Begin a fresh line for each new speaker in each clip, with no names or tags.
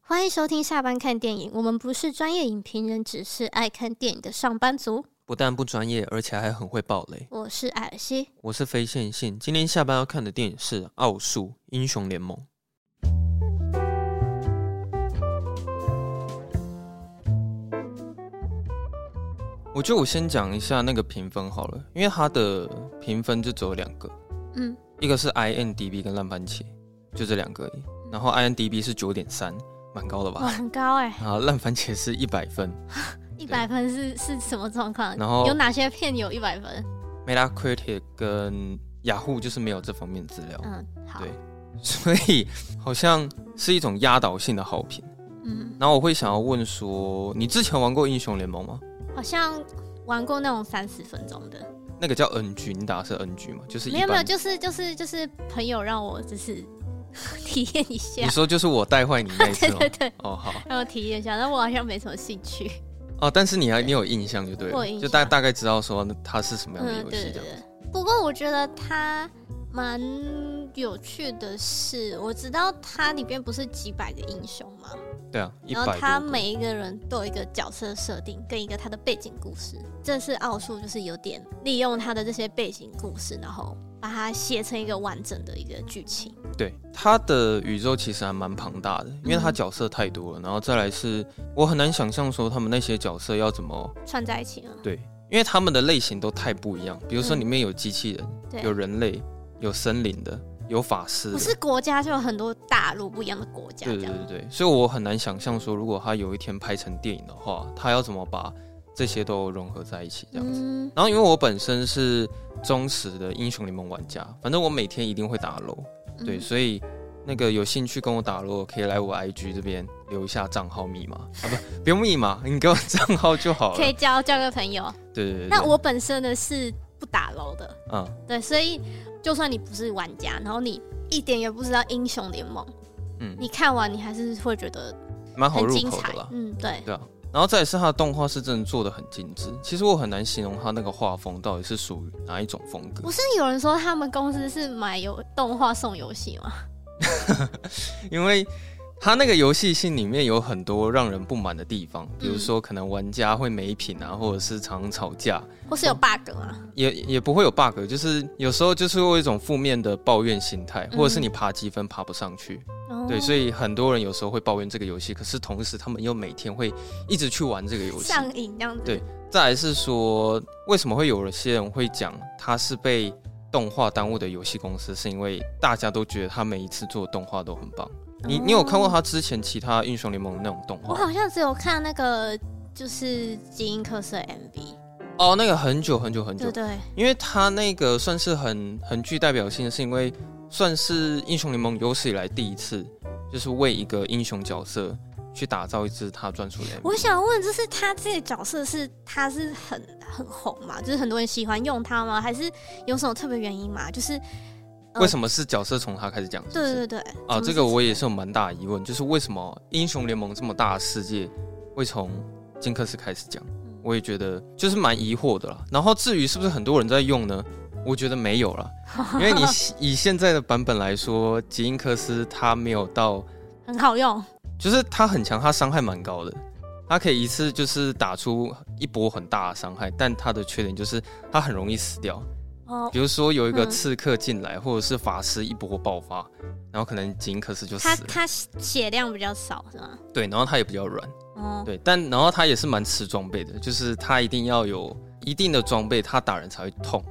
欢迎收听下班看电影，我们不是专业影评人，只是爱看电影的上班族。
不但不专业，而且还很会爆雷。
我是艾尔西，
我是非线性，今天下班要看的电影是《奥数英雄联盟》。我觉得我先讲一下那个评分好了，因为它的评分就只有两个，
嗯，
一个是 IMDB 跟烂番茄，就这两个而已。然后 IMDB 是九点三，蛮高的
哇，
吧？
很高哎、
然后烂番茄是一百分
一百分是是什么状况？
然后
啊有哪些片有一百分？
，Metacritic 跟雅虎就是没有这方面资料。
嗯，好，
对 所以好像是一种压倒性的好评。
嗯，
然后我会想要问说，你之前玩过英雄联盟吗？
好像玩过那种三十分钟的，
那个叫 NG，你打的是 NG 吗？就是一
没
般
有没有，就是就是就是朋友让我就是 体验一下
你，说就是我带坏你那一次
对
吗？
对对，
哦好
让我体验一下，但我好像没什么兴趣。
哦，但是你还你有印象就对
我
了，
有印
就大
象
大概知道说它是什么样的
嗯，
游
对
戏
对
这样。
对。不过我觉得它蛮有趣的是，我知道它里边不是几百个英雄嘛，
对啊，一
然后
百
它
多个。
每一个人都有一个角色设定跟一个他的背景故事。这是奥数，就是有点利用他的这些背景故事，然后把它写成一个完整的一个剧情。
对，它的宇宙其实还蛮庞大的，因为
嗯
它角色太多了。然后再来是，我很难想象说他们那些角色要怎么
串在一起嘛，
对，因为他们的类型都太不一样。比如说
嗯
里面有机器人。
对
有
啊。
人类，有森林的，有法师的
不是国家就有很多大陆不一样的国家
对
这
对
样，
对对，所以我很难想象说，如果他有一天拍成电影的话，他要怎么把这些都融合在一起这样子。
嗯，
然后，因为我本身是忠实的英雄联盟玩家，反正我每天一定会打 LO，对，
嗯
所以那个有兴趣跟我打 LO 可以来我 IG 这边留一下账号密码啊，不，不用密码，你给我账号就好了。
可以
啊对
交交个朋友。
对对，
那
对
我本身呢是不打楼的，
嗯，
对，所以就算你不是玩家，然后你一点也不知道英雄联盟，
嗯
你看完你还是会觉得
蛮好
很
入
精
口
彩
的啦。。
嗯，对，
对啊，然后再来是它的动画是真的做的很精致。其实我很难形容它那个画风到底是属于哪一种风格
不，是有人说他们公司是买游动画送游戏吗？
因为它那个游戏性里面有很多让人不满的地方，比如
嗯
说可能玩家会没品啊，或者是常吵架，
或是有
哦
bug 吗？
也也不会有 bug，就是有时候就是会有一种负面的抱怨心态，或者是你爬积分爬不上去，
哦
对，所
以
以很多人有时候会抱怨这个游戏，可是同时他们又每天会一直去玩这个游戏，
上瘾这样子。
对再来是说，为什么会有些人会讲它是被动画耽误的游戏公司，是因为大家都觉得他每一次做的动画都很棒。你你有看过
哦？
他之前其他英雄联盟的那种动
我
画？
好像只有看那个就是基因科社 MV，
哦，那个很久很久很
对
久，
对，
因为他那个算是很很具代表性，是因为算是英雄联盟有史以来第一次，就是为一个英雄角色去打造一支他专属的 MV。
我想问，就是他这个角色是他是很很红嘛？就是很多人喜欢用他吗？还是有什么特别原因嘛？就是呃
为什么是角色从他开始讲？是不是
对对对
啊，
怎么
这个我也是有蛮大的疑问，就是为什么英雄联盟这么大的世界会从金克斯开始讲？
嗯
我也觉得就是蛮疑惑的啦。然后至于是不是很多人在用呢？我觉得没有 啦，因为你以现在的版本来说，吉因克斯它没有到，
很好用，
就是它很强，它伤害蛮高的，它可以一次就是打出一波很大的伤害，但它的缺点就是它很容易死掉。
哦，
比如说有一个
嗯
刺客进来，或者是法师一波爆发，然后可能吉因克斯就
他
死了。
他血量比较少是吗？
对，然后它也比较软，
哦，
对，但然后它也是蛮吃装备的，就是它一定要有一定的装备，它打人才会痛，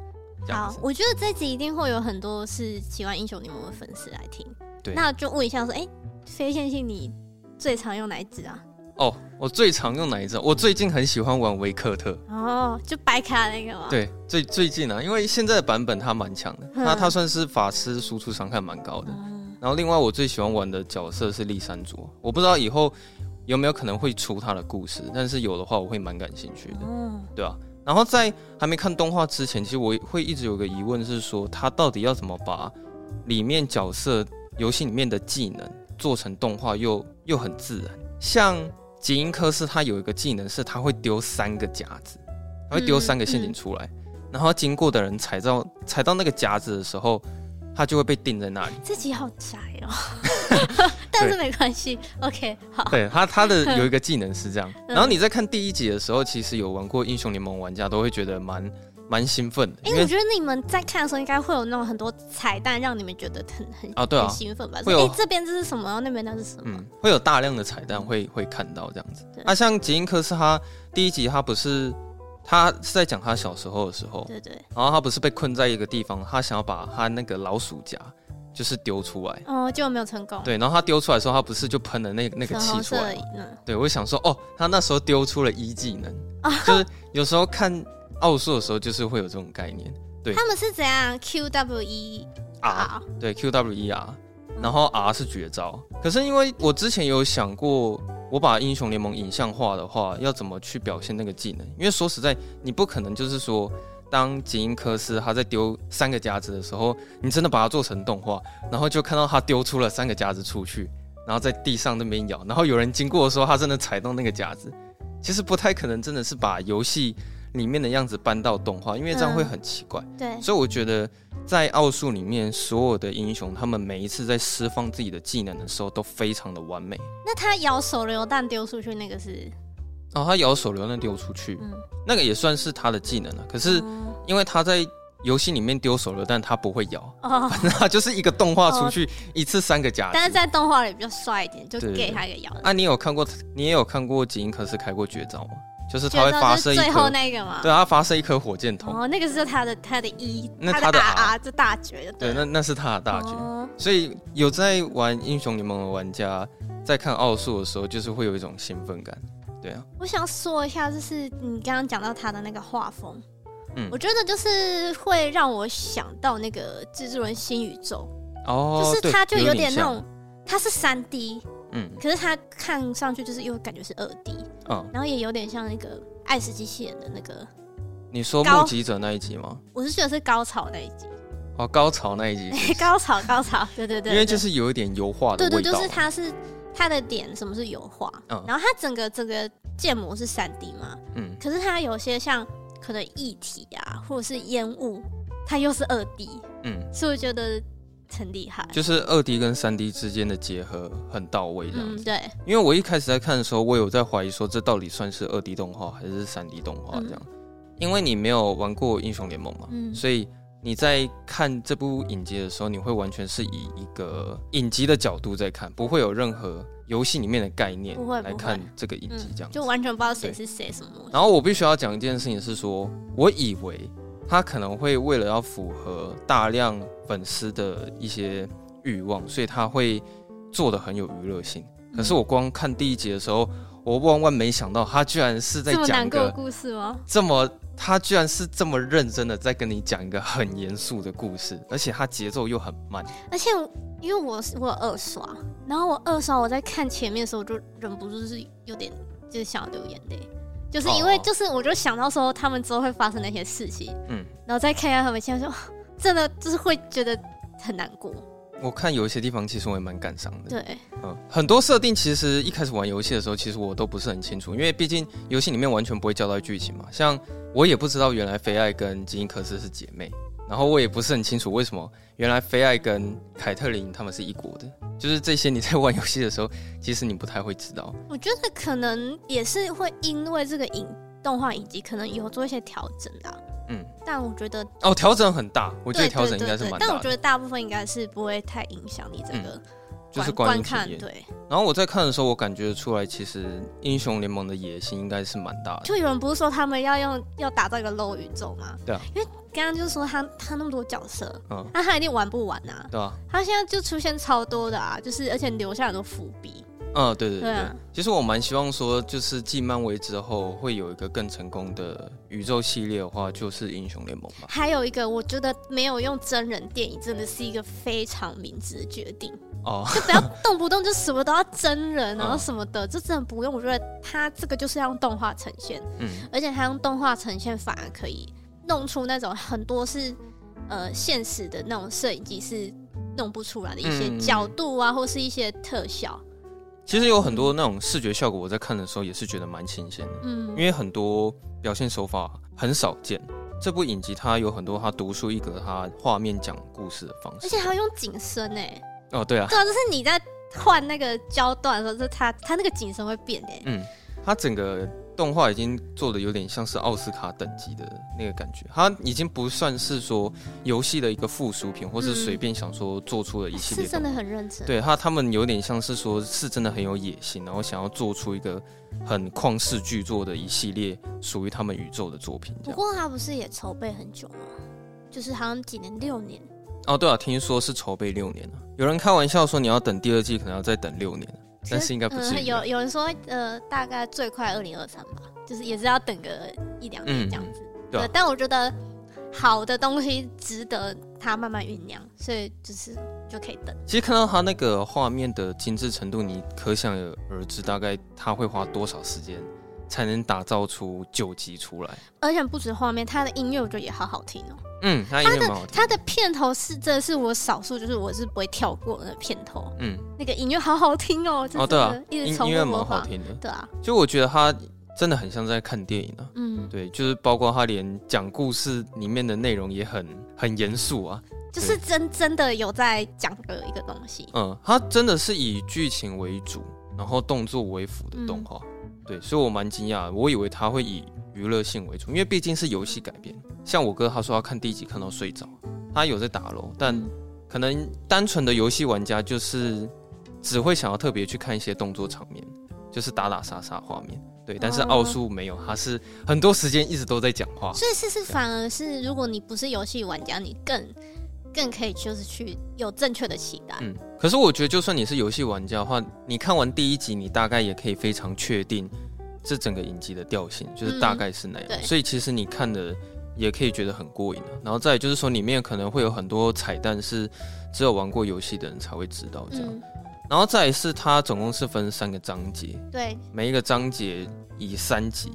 这样
好
子，。
我觉得这集一定会有很多是喜欢英雄联盟的粉丝来听。
对
那就问一下说，哎、非线性你最常用哪一支啊？
哦，我最常用哪一种？我最近很喜欢玩维克特，
哦，就白卡那个吗？，
对，最最近啊，因为现在的版本它蛮强的，那它算是法师输出伤害蛮高的。
嗯，
然后另外我最喜欢玩的角色是丽珊卓，我不知道以后有没有可能会出她的故事，但是有的话我会蛮感兴趣的。
哦，
对啊。然后在还没看动画之前，其实我会一直有个疑问是说，他到底要怎么把里面角色游戏里面的技能做成动画又又很自然？像吉因科斯，他有一个技能是他会丢三个夹子，他会丢
嗯
三个陷阱
嗯
出来，然后经过的人踩到踩到那个夹子的时候，他就会被定在那里。
这集好宅哦，但是没关系，OK，好，嗯
对他他的有一个技能是 这样。然后你在看第一集的时候，其实有玩过英雄联盟玩家都会觉得蛮蛮兴奋的，
因
因
为我
为
觉得你们在看的时候，应该会有那种很多彩蛋，让你们觉得很很
啊对啊
很兴奋吧？说
会有
哎、这边这是什么，然后那边那是什么？
嗯会有大量的彩蛋会会看到这样子
对。
啊，像吉因克斯他第一集他不是他是在讲他小时候的时候，
对对，
然后他不是被困在一个地方，他想要把他那个老鼠夹就是丢出来。
哦，结果没有成功，
对，然后他丢出来的时候，他不是就喷了那那个
粉
气
红
出
色
来吗？
嗯，
对，我就想说，哦，他那时候丢出了一技 能，就是有时候看奥数的时候，就是会有这种概念对啊
他们是怎样 Q W E
R，
R？
对 Q W E R，然后 R 是绝招。可是因为我之前有想过，我把英雄联盟影像化的话，要怎么去表现那个技能？因为说实在，你不可能就是说。当吉因科斯他在丢三个夹子的时候，你真的把它做成动画，然后就看到他丢出了三个夹子出去，然后在地上那边咬，然后有人经过的时候，他真的踩到那个夹子。其实不太可能，真的是把游戏里面的样子搬到动画，因为这样会
嗯
很奇怪。
对，
所以我觉得，在奥数里面，所有的英雄他们每一次在释放自己的技能的时候，都非常的完美。
那他咬手榴弹丢出去那个是，
然哦后他咬手榴弹丢出去，
嗯，
那个也算是他的技能了。可是
哦
因为他在游戏里面丢手榴弹，他不会咬，
哦，
反正他就是一个动画出去一次三个夹
但是
子。
在动画里比较帅一点，就
对对
给
对
他一个咬。
啊，你有看过，你也有看过吉因克斯开过绝招吗？就是
绝
他会
招
发
就是
射一
最后
颗，
那个嘛，
对，他发射一颗火箭筒。
哦，那个是他的他的一，
那
他
他的
的
R
R 这大绝就
对，
了
那那是他的大绝。
哦
所以有在玩英雄联盟的玩家，在看奥数的时候，就是会有一种兴奋感。对啊，
我想说一下，就是你刚刚讲到他的那个画风，
嗯
我觉得就是会让我想到那个《蜘蛛人新宇宙》
哦，
就是它就
对有
点那
像，
种，它是三 D，
嗯
可是它看上去就是又感觉是二 D，
嗯，
然后也有点像那个《爱死机器人》的那个，
你说
高
目击者那一集吗？
我是觉得是高潮那一集，
哦，高潮那一集，
高潮高潮，对对对，
因为就
对
是有一点油画的
对
味道。
对，
啊
就是它是它的点什么是油画，
嗯
然后它整个整个建模是三 D 嘛，
嗯，
可是它有些像可能液体啊，或者是烟雾，它又是二 D，
嗯，
所以我觉得很厉害。
就是二 D 跟三 D 之间的结合很到位这样
嗯
子。，
对，
因为我一开始在看的时候，我有在怀疑说这到底算是二 D 动画还是三 D 动画这样，因为你没有玩过英雄联盟嘛，
嗯
所以你在看这部影集的时候，你会完全是以一个影集的角度在看，不会有任何游戏里面的概念
不会不
来
会
看这个影集这样
嗯，
子。
就完全不知道谁是谁什么东西。
然后我必须要讲一件事情是说，我以为他可能会为了要符合大量粉丝的一些欲望，所以他会做的很有娱乐性。
嗯
可是我光看第一集的时候，我万万没想到他居然是在
这么
讲一
难过的
个
故事吗？
这么。他居然是这么认真的在跟你讲一个很严肃的故事，而且他节奏又很慢。
而且我因为我是我有二刷，然后我二刷我在看前面的时候，我就忍不住就是有点就是想要流眼泪，就是因为
哦
就是我就想到说他们之后会发生的一些事情，
嗯，
然后再看一下他们现在说，真的就是会觉得很难过。
我看有一些地方其实我也蛮感伤的。
对，
嗯，很多设定其实一开始玩游戏的时候，其实我都不是很清楚，因为毕竟游戏里面完全不会交代剧情嘛。像我也不知道原来菲艾跟基因克斯是姐妹，然后我也不是很清楚为什么原来菲艾跟凯特琳他们是一国的，就是这些你在玩游戏的时候，其实你不太会知道。
我觉得可能也是会因为这个影动画影集，可能有做一些调整啊。
嗯，
但我觉得，
哦，调整很大，我
我
觉得调整应该是蛮
但
大
我觉
的，
得
嗯
大部分应该是不会太影响你这个观、
就是观
观
影体
看。
验。
对，
然后我在看的时候，我感觉出来，其实英雄联盟的野心应该是蛮大的。
就有人不是说他们要用要打造一个 low 宇宙吗？
对啊，
因为刚刚就说他他那么多角色，
嗯
那他一定玩不完啊。
对啊，
他现在就出现超多的啊，就是而且留下很多伏笔。
嗯，对对对
对啊
其实我蛮希望说，就是继漫威之后会有一个更成功的宇宙系列的话，就是英雄联盟吧。
还有一个，我觉得没有用真人电影，真的是一个非常明智的决定。
哦，
就不要动不动就什么都要真人，
嗯
然后什么的，就真的不用。我觉得他这个就是要用动画呈现，
嗯，
而且他用动画呈现反而可以弄出那种很多是呃现实的那种摄影机是弄不出来的一些
嗯
角度啊，或是一些特效。
其实有很多那种视觉效果，我在看的时候也是觉得蛮新鲜的，
嗯
因，为很多表现手法很少见。这部影集它有很多它独树一格，它画面讲故事的方
而
式。
且还要用景深哎、欸，
哦，对啊，
对啊，就是你在换那个焦段的时候，就他他那个景深会变的欸、
嗯，它整个动画已经做的有点像是奥斯卡等级的那个感觉，它已经不算是说游戏的一个附属品，或是
嗯
随便想说做出的一系列
哦是
动
真
画。
的很认真。
对他，它他们有点像是说，是真的很有野心，然后想要做出一个很旷世巨作的一系列属于他们宇宙的作品。
不
这样
过他不是也筹备很久吗？就是好像几年，六年。
哦，对啊，听说是筹备六年了，啊有人开玩笑说你要等第二季，可能要再等六年，啊但是应该不至
嗯，
于
有
啊。
有人说，呃，大概最快二零二三吧，就是也是要等个一两年
嗯
这样子。
对啊
呃但我觉得好的东西值得它慢慢酝酿，所以就是就可以等。
其实看到他那个画面的精致程度，你可想而知，大概他会花多少时间才能打造出九集出来。
而且不止画面，它的音乐我觉得也好好听哦、
嗯，他音乐蛮好听。
它的片头是真的是我少数，就是我是不会跳过的片头，
嗯，
那个音乐好好听哦、就
哦对啊
是一
音
直重
音
复
乐
模
蛮好
仿。
听的。
对啊，
就我觉得他真的很像在看电影啊。
嗯，
对，就是包括他连讲故事里面的内容也很很严肃啊。
就是真真的有在讲的一个东西。
嗯，他真的是以剧情为主，然后动作为辅的
嗯
动画。对，所以我蛮惊讶，我以为他会以娱乐性为主，因为毕竟是游戏改编。像我哥他说他看第一集看到睡着，他有在打楼，但可能单纯的游戏玩家就是只会想要特别去看一些动作场面，就是打打杀杀画面。对，但是
哦
奥数没有，他是很多时间一直都在讲话。
所以是是反而是，如果你不是游戏玩家，你更更可以就是去有正确的期待。
嗯，可是我觉得，就算你是游戏玩家的话，你看完第一集，你大概也可以非常确定这整个影集的调性，就是大概是那样。
嗯对
所以其实你看的也可以觉得很过瘾、啊、然后再来就是说，里面可能会有很多彩蛋是只有玩过游戏的人才会知道这样。
嗯，
然后再来是它总共是分三个章节，
对，
每一个章节以三集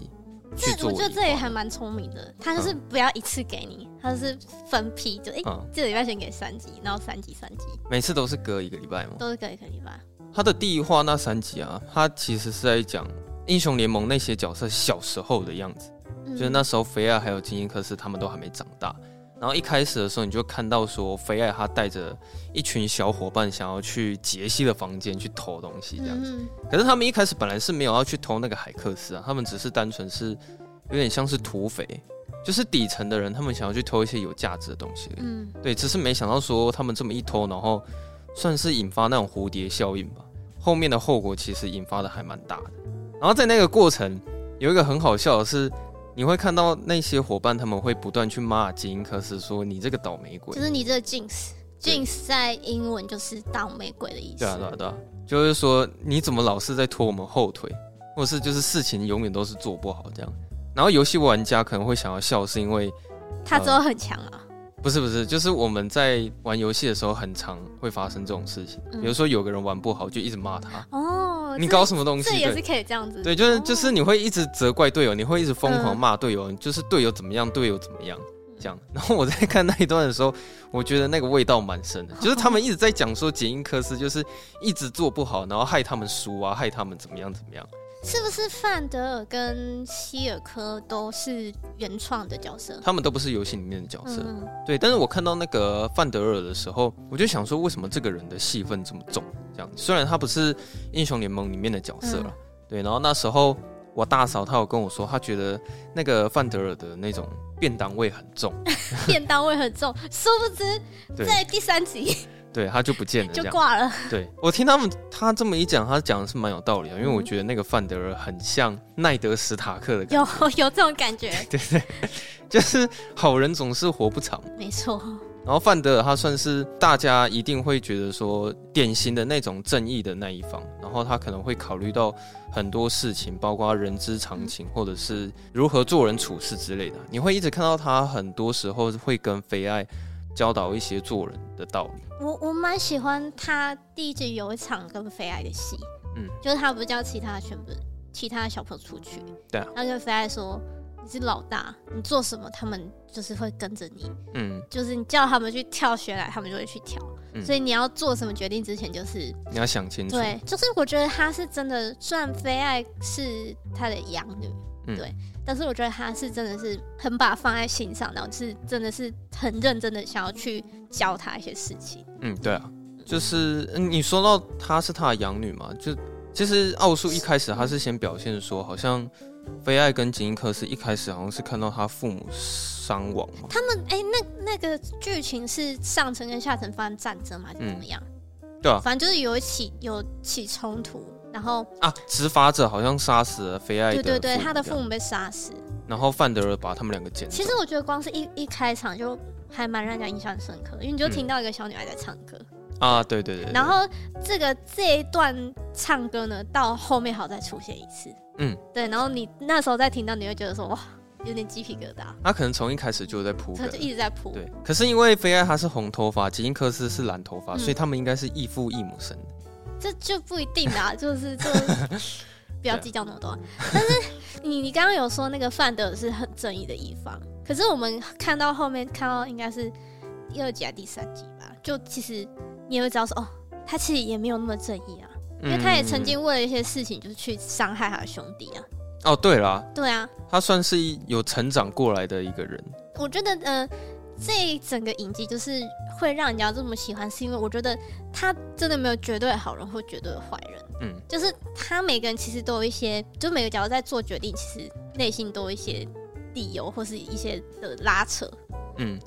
去
这
做
哎我
为一
觉
环。
得这也还蛮聪明的。他就是不要一次给你，他就是分批，就哎、诶
嗯，
这个礼拜先给三集，然后三集三集
每次都是隔一个礼拜嘛。
都是可以可以吧？
他的第一话那三集啊，他其实是在讲英雄联盟那些角色小时候的样子。
嗯
就是那时候菲艾还有金英克斯他们都还没长大。然后一开始的时候，你就看到说菲艾他带着一群小伙伴想要去杰西的房间去偷东西这样子。
嗯
可是他们一开始本来是没有要去偷那个海克斯啊，他们只是单纯是有点像是土匪，就是底层的人，他们想要去偷一些有价值的东西而已。
嗯，
对，只是没想到说他们这么一偷，然后算是引发那种蝴蝶效应吧。后面的后果其实引发的还蛮大的。然后在那个过程，有一个很好笑的是，你会看到那些伙伴他们会不断去骂吉因克斯说：“你这个倒霉鬼
就！”是你这个 jinx。
对
Jinx 在英文就是倒霉鬼的意思。
对啊，对啊，对啊，就是说你怎么老是在拖我们后腿，或是就是事情永远都是做不好这样。然后游戏玩家可能会想要笑，是因为
他之后
呃
很强啊。
不是不是，就是我们在玩游戏的时候，很常会发生这种事情。
嗯
比如说有个人玩不好，就一直骂他，
哦，
你
这
搞什么东西？
这也是
对
可以这样子。
对，就是
哦
就是你会一直责怪队友，你会一直疯狂
嗯
骂队友，就是队友怎么样，队友怎么样这样。 然后我在看那一段的时候，我觉得那个味道蛮深 的，就是他们一直在讲说杰因克斯就是一直做不好，然后害他们输啊，害他们怎么样怎么样。
是不是范德尔跟希尔科都是原创的角色？
他们都不哦是游戏里面的角色，
嗯，
对，但是我看到那个范德尔的时候，我就想说，为什么这个人的戏份这么重？这样，虽然他不是英雄联盟里面的角色了，
嗯
对。然后那时候我大嫂她有跟我说，她觉得那个范德尔的那种便当味很重，
便当味很重， 殊不知
对
在第三集
对，他就不见嗯了这
就
样。
挂了。
对我听他们他这么一讲，他讲的是蛮有道理的，因为
嗯
我觉得那个范德尔很像奈德·史塔克的感
有 有这种感觉，
觉， 就是好人总是活不长。
没错。
然后范德尔他算是大家一定会觉得说典型的那种正义的那一方，然后他可能会考虑到很多事情，包括人之常情，或者是如何做人处事之类的。你会一直看到他很多时候会跟菲爱教导一些做人的道理。
我我蛮喜欢他第一集有一场跟菲爱的戏，
嗯
就是他不是叫其他全部其他小朋友出去，
对啊
他跟菲爱说你是老大，你做什么他们就是会跟着你，
嗯，
就是你叫他们去跳悬崖，他们就会去跳，
嗯
所以你要做什么决定之前就是
你要想清楚。
对，就是我觉得她是真的，虽然菲爱是她的养女，
嗯
对，但是我觉得她是真的是很把她放在心上，然后是真的是很认真的想要去教她一些事情。
嗯，对啊。就是嗯你说到她是他的养女嘛，就其实奥数一开始他是先表现说，好像菲爱跟吉尼克斯一开始好像是看到他父母伤亡嘛，
他们哎、那那个剧情是上层跟下层发生战争嘛，还是怎么样？
嗯对啊
反正就是有起有起冲突，然后
啊，执法者好像杀死了菲爱
对
的
对对，他的
这
父
样，
母被杀死。
然后范德尔把他们两个捡走。
其实我觉得光是一一开场就还蛮让人家印象深刻的，因
嗯
为你就听到一个小女孩在唱歌，
啊，对对对对
然后这个这一段唱歌呢，到后面好再出现一次，
嗯，
对，然后你那时候再听到，你会觉得说哇，有点鸡皮疙瘩，
他可能从一开始就有在铺
他
梗
就，一直在扑，
对。可是因为菲爱她是红头发，吉金克斯是蓝头发，
嗯
所以他们应该是异父异母生的。
这就不一定 啦，就是就不要计较那么多。
啊
但是你你刚刚有说那个范德尔是很正义的一方，可是我们看到后面看到应该是第二集还是第三集吧，就其实你也会知道说哦，他其实也没有那么正义啊，因为
嗯
他也曾经为了一些事情就是去伤害他的兄弟啊，
嗯哦，对啦，
对啊，
他算是一有成长过来的一个人。
我觉得，呃，这整个影集就是会让人家这么喜欢，是因为我觉得他真的没有绝对的好人或绝对的坏人，
嗯，
就是他每个人其实都有一些，就每个角色在做决定，其实内心都有一些理由或是一些的拉扯。
嗯，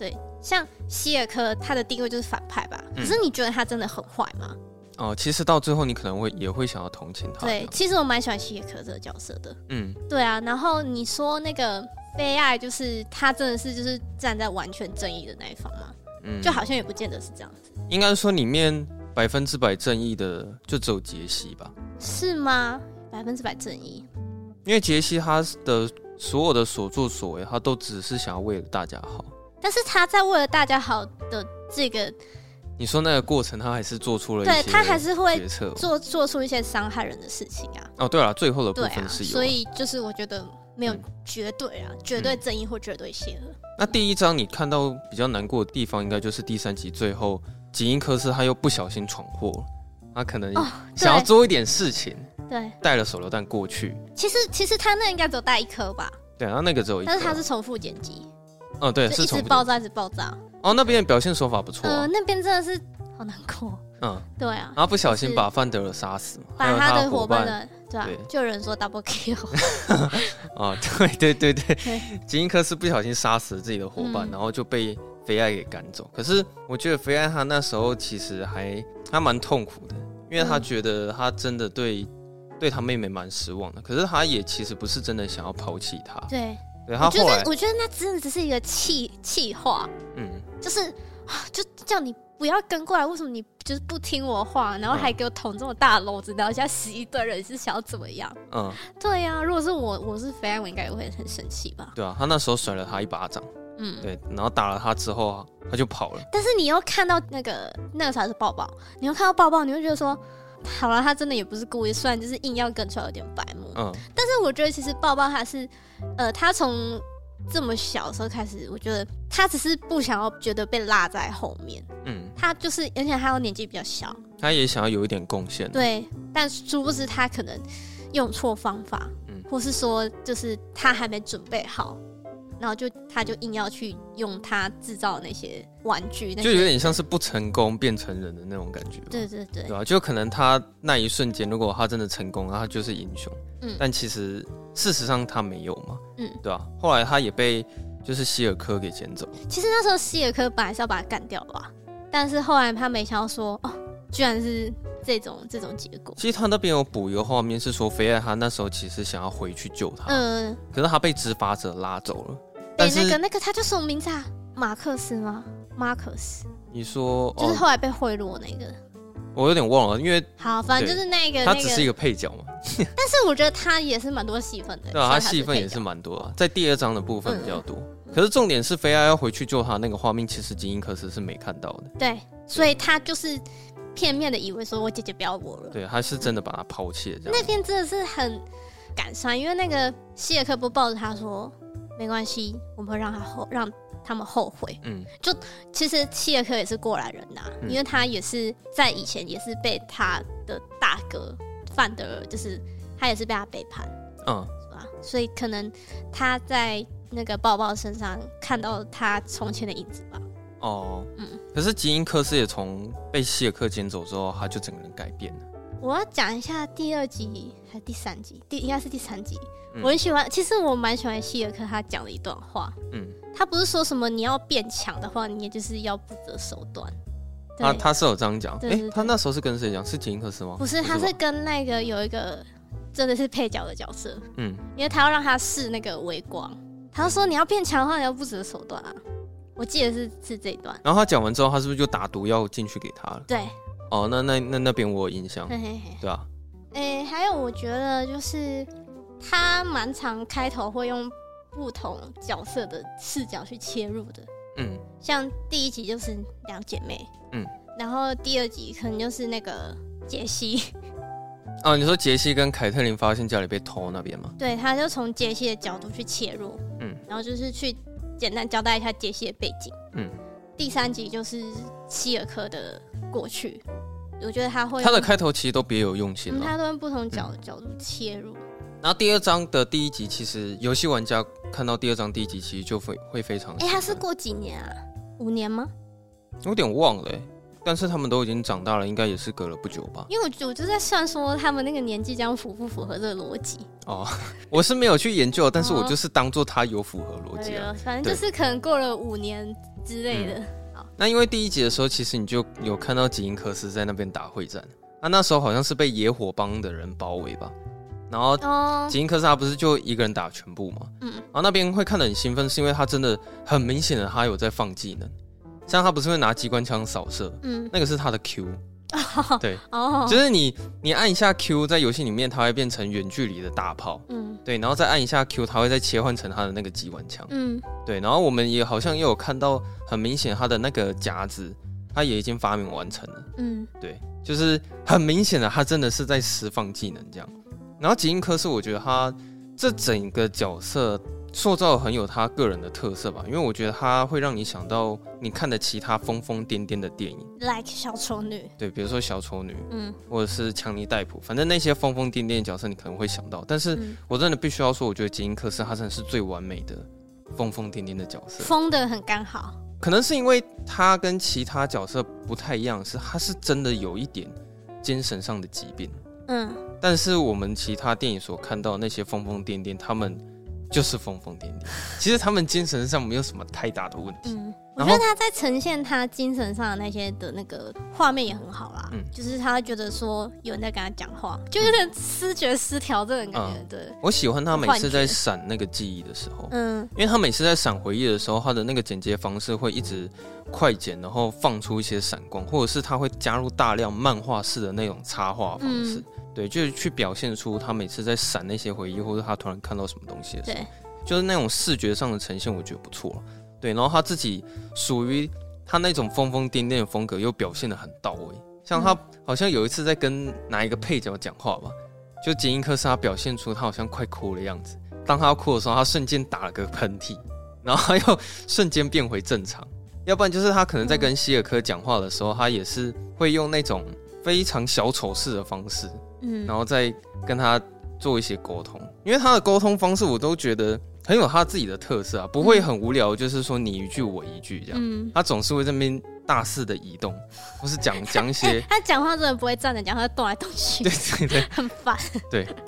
像希尔科，他的定位就是反派吧？可
嗯
是你觉得他真的很坏吗？
哦，其实到最后你可能会也会想要同情他。
对，，其实我蛮喜欢希尔科这个角色的。
嗯，
对啊，然后你说那个悲爱，就是他真的是就是站在完全正义的那一方吗？
嗯
就好像也不见得是这样子，
应该说里面百分之百正义的就只有杰西吧，
是吗？百分之百正义，
因为杰西他的所有的所作所为，他都只是想要为了大家好。
但是他在为了大家好的这个，
你说那个过程，他还是做出了一
对
些
他还是会
决策。
做做出一些伤害人的事情啊，
哦，对了，最后的部
对啊，
分是有啊、
所以就是我觉得没有
嗯
绝对啊，绝对正义或绝对邪恶，
那第一章你看到比较难过的地方，应该就是第三集最后吉因克斯他又不小心闯祸了，他可能
哦
嗯想要做一点事情，
对。
带了手榴弹过去。
其实其实他那应该只有带一颗吧，
对，啊然后那个只有一个，
但是他是重复剪辑，
哦，对，
就是一
重
直
复
爆炸一直爆炸，
哦，那边的表现手法不错、
呃，
啊，
那边真的是好难过，
嗯，
对啊，
然后不小心把范德尔杀死嘛，还
把
有他
的伙
伴
的对啊
对，
就有人说 double kill，
啊， 对对对对
对，
吉因克斯不小心杀死了自己的伙伴，
嗯
然后就被菲艾给赶走。可是我觉得菲艾他那时候其实还他蛮痛苦的，因为他
嗯
觉得他真的对、对他妹妹蛮失望的。可是他也其实不是真的想要抛弃她，
对，
对他
我觉
后来
得我觉得那真的只是一个气气话，
嗯，
就是啊就叫你不要跟过来，为什么你就是不听我话，然后还给我捅这么大的篓子，然后现在死一堆人是想要怎么样？
嗯，
对呀、如果是我，我是肥安，我应该也会很生气吧？
对啊，他那时候甩了他一巴掌，
嗯，
对，然后打了他之后啊，他就跑了。
但是你又看到那个那个才是抱抱，你又看到抱抱，你会觉得说。好了，他真的也不是故意，虽然就是硬要跟出来有点白目，
嗯，
但是我觉得其实抱抱他是，呃，他从这么小的时候开始，我觉得他只是不想要觉得被落在后面，
嗯，
他就是，而且他又年纪比较小，
他也想要有一点贡献。，
对，但殊不知他可能用错方法，
嗯
或是说就是他还没准备好，然后就他就硬要去用他制造的那些玩具，那
就有
些
点像是不成功变成人的那种感觉吧。
对对对
对，啊，就可能他那一瞬间，如果他真的成功，那他就是英雄。
嗯
但其实事实上他没有嘛。
嗯
对啊，后来他也被就是希尔科给捡走。
其实那时候希尔科本来是要把他干掉吧，但是后来他没想到说，哦，居然是这种这种结果，
其实他那边有补一个画面，是说菲艾他那时候其实想要回去救他，
嗯、
可是他被执法者拉走了。但
对，
是
那个那个他叫什么名字啊？马克思吗？马克思
你说
就是
哦，
后来被贿赂那个。
我有点忘了，因为
好，反正就是那个
他
那
只是一
个，
个配角嘛。
但是我觉得他也是蛮多戏份的。
对啊，他
虽然
戏份
配
也是
角
蛮多啊，在第二章的部分比较多。
嗯
可是重点是菲艾要回去救他那个画面，其实吉因克斯是没看到的。
对，所以他就是片面的以为说我姐姐不要我了。
对，他是真的把他抛弃了这样。
那天真的是很感伤，因为那个希尔克不抱着他说没关系，我们会让他后让他们后悔。
嗯，
其实希尔克也是过来人呐、
嗯
因为他也是在以前也是被他的大哥范德尔，就是他也是被他背叛，
嗯，
是吧？所以可能他在那个抱抱身上看到他从前的影子吧。
哦，
嗯
可是吉因克斯也从被希尔克捡走之后，他就整个人改变了。
我要讲一下第二集还是第三集，第应该是第三集。
嗯
我很喜欢，其实我蛮喜欢希尔克他讲的一段话，
嗯，
他不是说什么你要变强的话，你也就是要不择手段。对，
他啊他是有这样讲。
对
诶，
对对
他那时候是跟谁讲？是吉因克斯吗？
不是，他
吧
是跟那个有一个真的是配角的角色，
嗯，
因为他要让他试那个微光，他就说你要变强的话，你要不择手段啊。我记得是是这一段，
然后他讲完之后，他是不是就打毒药进去给他了？
对，
哦，那那那那边我有印象，
嘿嘿嘿。
对啊，
诶、还有我觉得就是他蛮常开头会用不同角色的视角去切入的，
嗯
像第一集就是两姐妹，
嗯，
然后第二集可能就是那个杰西，
哦，你说杰西跟凯特琳发现家里被偷那边吗？
对，他就从杰西的角度去切入，
嗯，
然后就是去简单交代一下杰西的背景，
嗯。
第三集就是希尔科的过去，我觉得他会
他的
用
开头其实都别有用心
嗯，
了。
他都用不同角、角度切入，
然后第二章的第一集，其实游戏玩家看到第二章第一集，其实就会会非常
哎、
喜欢。
他是过几年啊？五年吗？
有点忘了欸、但是他们都已经长大了，应该也是隔了不久吧。
因为我就我就在算说他们那个年纪这样符不符合这个逻辑。
哦，我是没有去研究，但是我
啊
就是当做它有符合逻辑
对
啊。
啊，反正就是可能过了五年之类的。
那因为第一集的时候，其实你就有看到吉因克斯在那边打会战，他那时候好像是被野火帮的人包围吧，然后
哦，
吉因克斯他不是就一个人打全部吗？
嗯
然后那边会看得很兴奋，是因为他真的很明显的他有在放技能，像他不是会拿机关枪扫射，
嗯，
那个是他的 Q，对，
哦，
就是你你按一下 Q，在游戏里面它会变成远距离的大炮，
嗯
对，然后再按一下 Q，它会再切换成他的那个机关枪，
嗯，
对，然后我们也好像也有看到，很明显他的那个夹子，他也已经发明完成了。
嗯，
对，就是很明显的，他真的是在释放技能这样。然后吉英科是我觉得他这整个角色塑造得很有他个人的特色吧，因为我觉得他会让你想到你看的其他疯疯癫癫的电影，
，like 小丑女，
对，比如说小丑女
嗯
或者是强尼戴普，反正那些疯疯癫癫的角色你可能会想到，但是
嗯，
我真的必须要说，我觉得吉英科是他真的是最完美的疯疯癫癫的角色，
疯的很刚好，
可能是因为他跟其他角色不太一样，是他是真的有一点精神上的疾病。
嗯，
但是我们其他电影所看到的那些疯疯癫癫，他们就是疯疯癫癫。其实他们精神上没有什么太大的问题。
嗯，我
然
觉
后
得他在呈现他精神上的那些的那个画面也很好啦，
嗯
就是他觉得说有人在跟他讲话，就有点失觉失调这种感觉，
嗯
对，
我喜欢他每
幻
次
觉
在闪那个记忆的时候，
嗯
因为他每次在闪回忆的时候，他的那个剪接方式会一直快剪，然后放出一些闪光，或者是他会加入大量漫画式的那种插画方式。
嗯
对，就是去表现出他每次在闪那些回忆，或者他突然看到什么东西的时候
对，
就是那种视觉上的呈现，我觉得不错。对，然后他自己属于他那种疯疯癫癫的风格，又表现的很到位。像他好像有一次在跟哪一个配角讲话吧，就杰因克斯他表现出他好像快哭的样子。当他要哭的时候，他瞬间打了个喷嚏， 然后他又瞬间变回正常。要不然就是他可能在跟希尔科讲话的时候，他也是会用那种非常小丑式的方式，
嗯
然后再跟他做一些沟通，因为他的沟通方式我都觉得很有他自己的特色啊，不会很无聊，就是说你一句我一句这样，
嗯。
他总是会这边大肆的移动，或是讲讲一
哎、
些，
他讲话真的不会站着讲，他动来动去，
对对对，
很烦。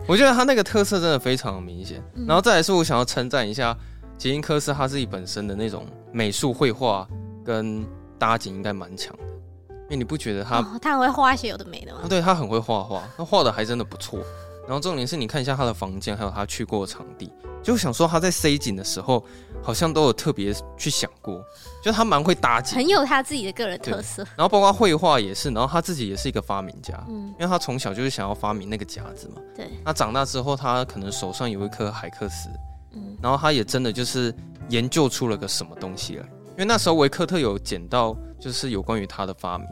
我觉得他那个特色真的非常明显。
嗯
然后再来是我想要称赞一下杰因科斯他自己本身的那种美术绘画跟搭景应该蛮强的，因为你不觉得他
哦、他很会画一些有的没的
啊，
嘛。
对他很会画画，那画的还真的不错。然后重点是你看一下他的房间，还有他去过的场地，就想说他在塞景的时候，好像都有特别去想过，就他蛮会搭景。
很有他自己的个人特色。
然后包括绘画也是，然后他自己也是一个发明家，
嗯
因为他从小就是想要发明那个夹子嘛。
对。
那长大之后，他可能手上有一颗海克斯，
嗯
然后他也真的就是研究出了个什么东西来。因为那时候维克特有捡到就是有关于他的发明，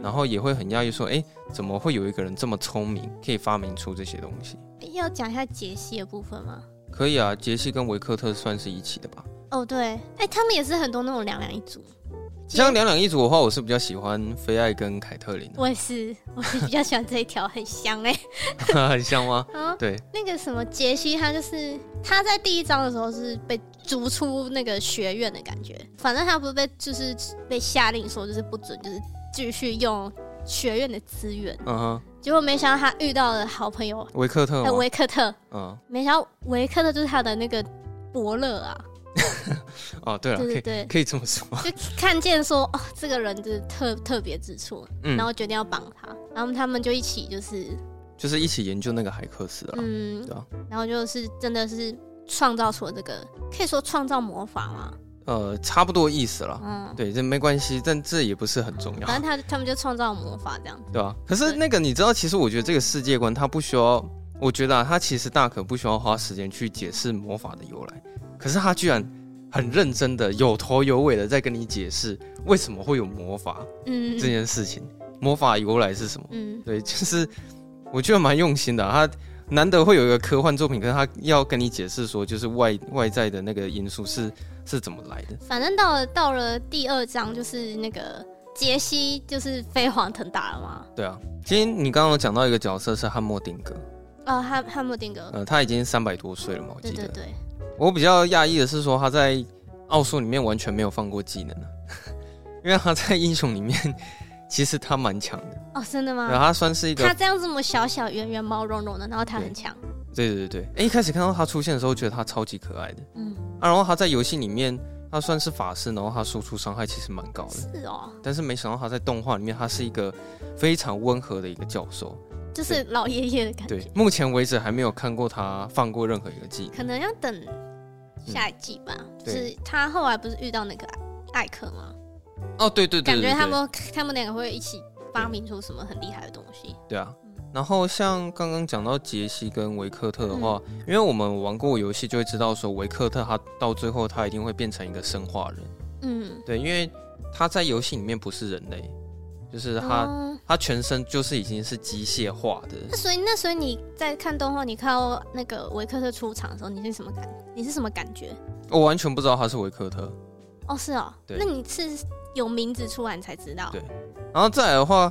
然
嗯，
后也会很讶异说，哎，怎么会有一个人这么聪明，可以发明出这些东西？
要讲一下杰西的部分吗？
可以啊，杰西跟维克特算是一起的吧？
哦，对，哎、他们也是很多那种两两一组，
像两两一组的话，我是比较喜欢菲艾跟凯特琳的，
我也是，我是比较喜欢这一条，很香哎、
很像吗？
啊，
对，
那个什么杰西，他就是他在第一章的时候是被逐出那个学院的感觉，反正他不是被就是被下令说就是不准就是继续用学院的资源，
嗯哼，
结果没想到他遇到了好朋友
维克特
哎
吗？
维克特，
嗯，
没想到维克特就是他的那个伯乐啊，
哦，对了，可
对对
以
对，
可以这么说，
就看见说哦这个人就是特特别之处，
嗯
然，后决定要帮他，然后他们就一起就是
就是一起研究那个海克斯啊，
嗯
对啊，
然后就是真的是创造出了这个，可以说创造魔法嘛，
呃，差不多意思啦。
嗯，
对，这没关系，但这也不是很重要
反，正他他们就创造魔法这样子，
对吧、可是那个你知道，其实我觉得这个世界观它不需要，我觉得啊，它其实大可不需要花时间去解释魔法的由来，可是他居然很认真的有头有尾的在跟你解释为什么会有魔法
嗯
这件事情，魔法由来是什么。
嗯，
对，就是我觉得蛮用心的啊、他难得会有一个科幻作品，可是他要跟你解释说，就是外外在的那个因素是是怎么来的。
反正到了到了第二章就是那个杰西就是飞黄腾达了嘛，
对啊，今天你刚刚有讲到一个角色是汉默丁格，
哦汉汉默丁格，
呃，他已经三百多岁了嘛，我
对
记得。
对对，
我比较讶异的是说他在奥数里面完全没有放过技能啊， 因为他在英雄里面其实他蛮强的，
哦真的
然后
吗？
他算是一
他
个，
这样这么小小圆圆毛茸茸的，然后他
对
很强，
对对对，诶一开始看到他出现的时候，觉得他超级可爱的。
嗯，
啊，然后他在游戏里面，他算是法师，然后他输出伤害其实蛮高的，
是哦，
但是没想到他在动画里面，他是一个非常温和的一个教授。
就是老爷爷的感
对
觉，，
目前为止还没有看过他放过任何一个技能。
可能要等下一季吧，就
对
是他后来不是遇到那个艾艾克吗？
哦，对对对
感
对
觉
对
他们他们两个会一起发明出什么很厉害的东西。
对啊。然后像刚刚讲到杰西跟维克特的话，
嗯
因为我们玩过游戏就会知道说，维克特他到最后他一定会变成一个生化人。
嗯，
对，因为他在游戏里面不是人类，就是他、
哦，
他全身就是已经是机械化的。
那所以那所以你在看动画，你看到那个维克特出场的时候，你是什么感？你是什么感觉？
我完全不知道他是维克特。
哦，是哦，
对
那你是有名字出来你才知道
对。然后再来的话，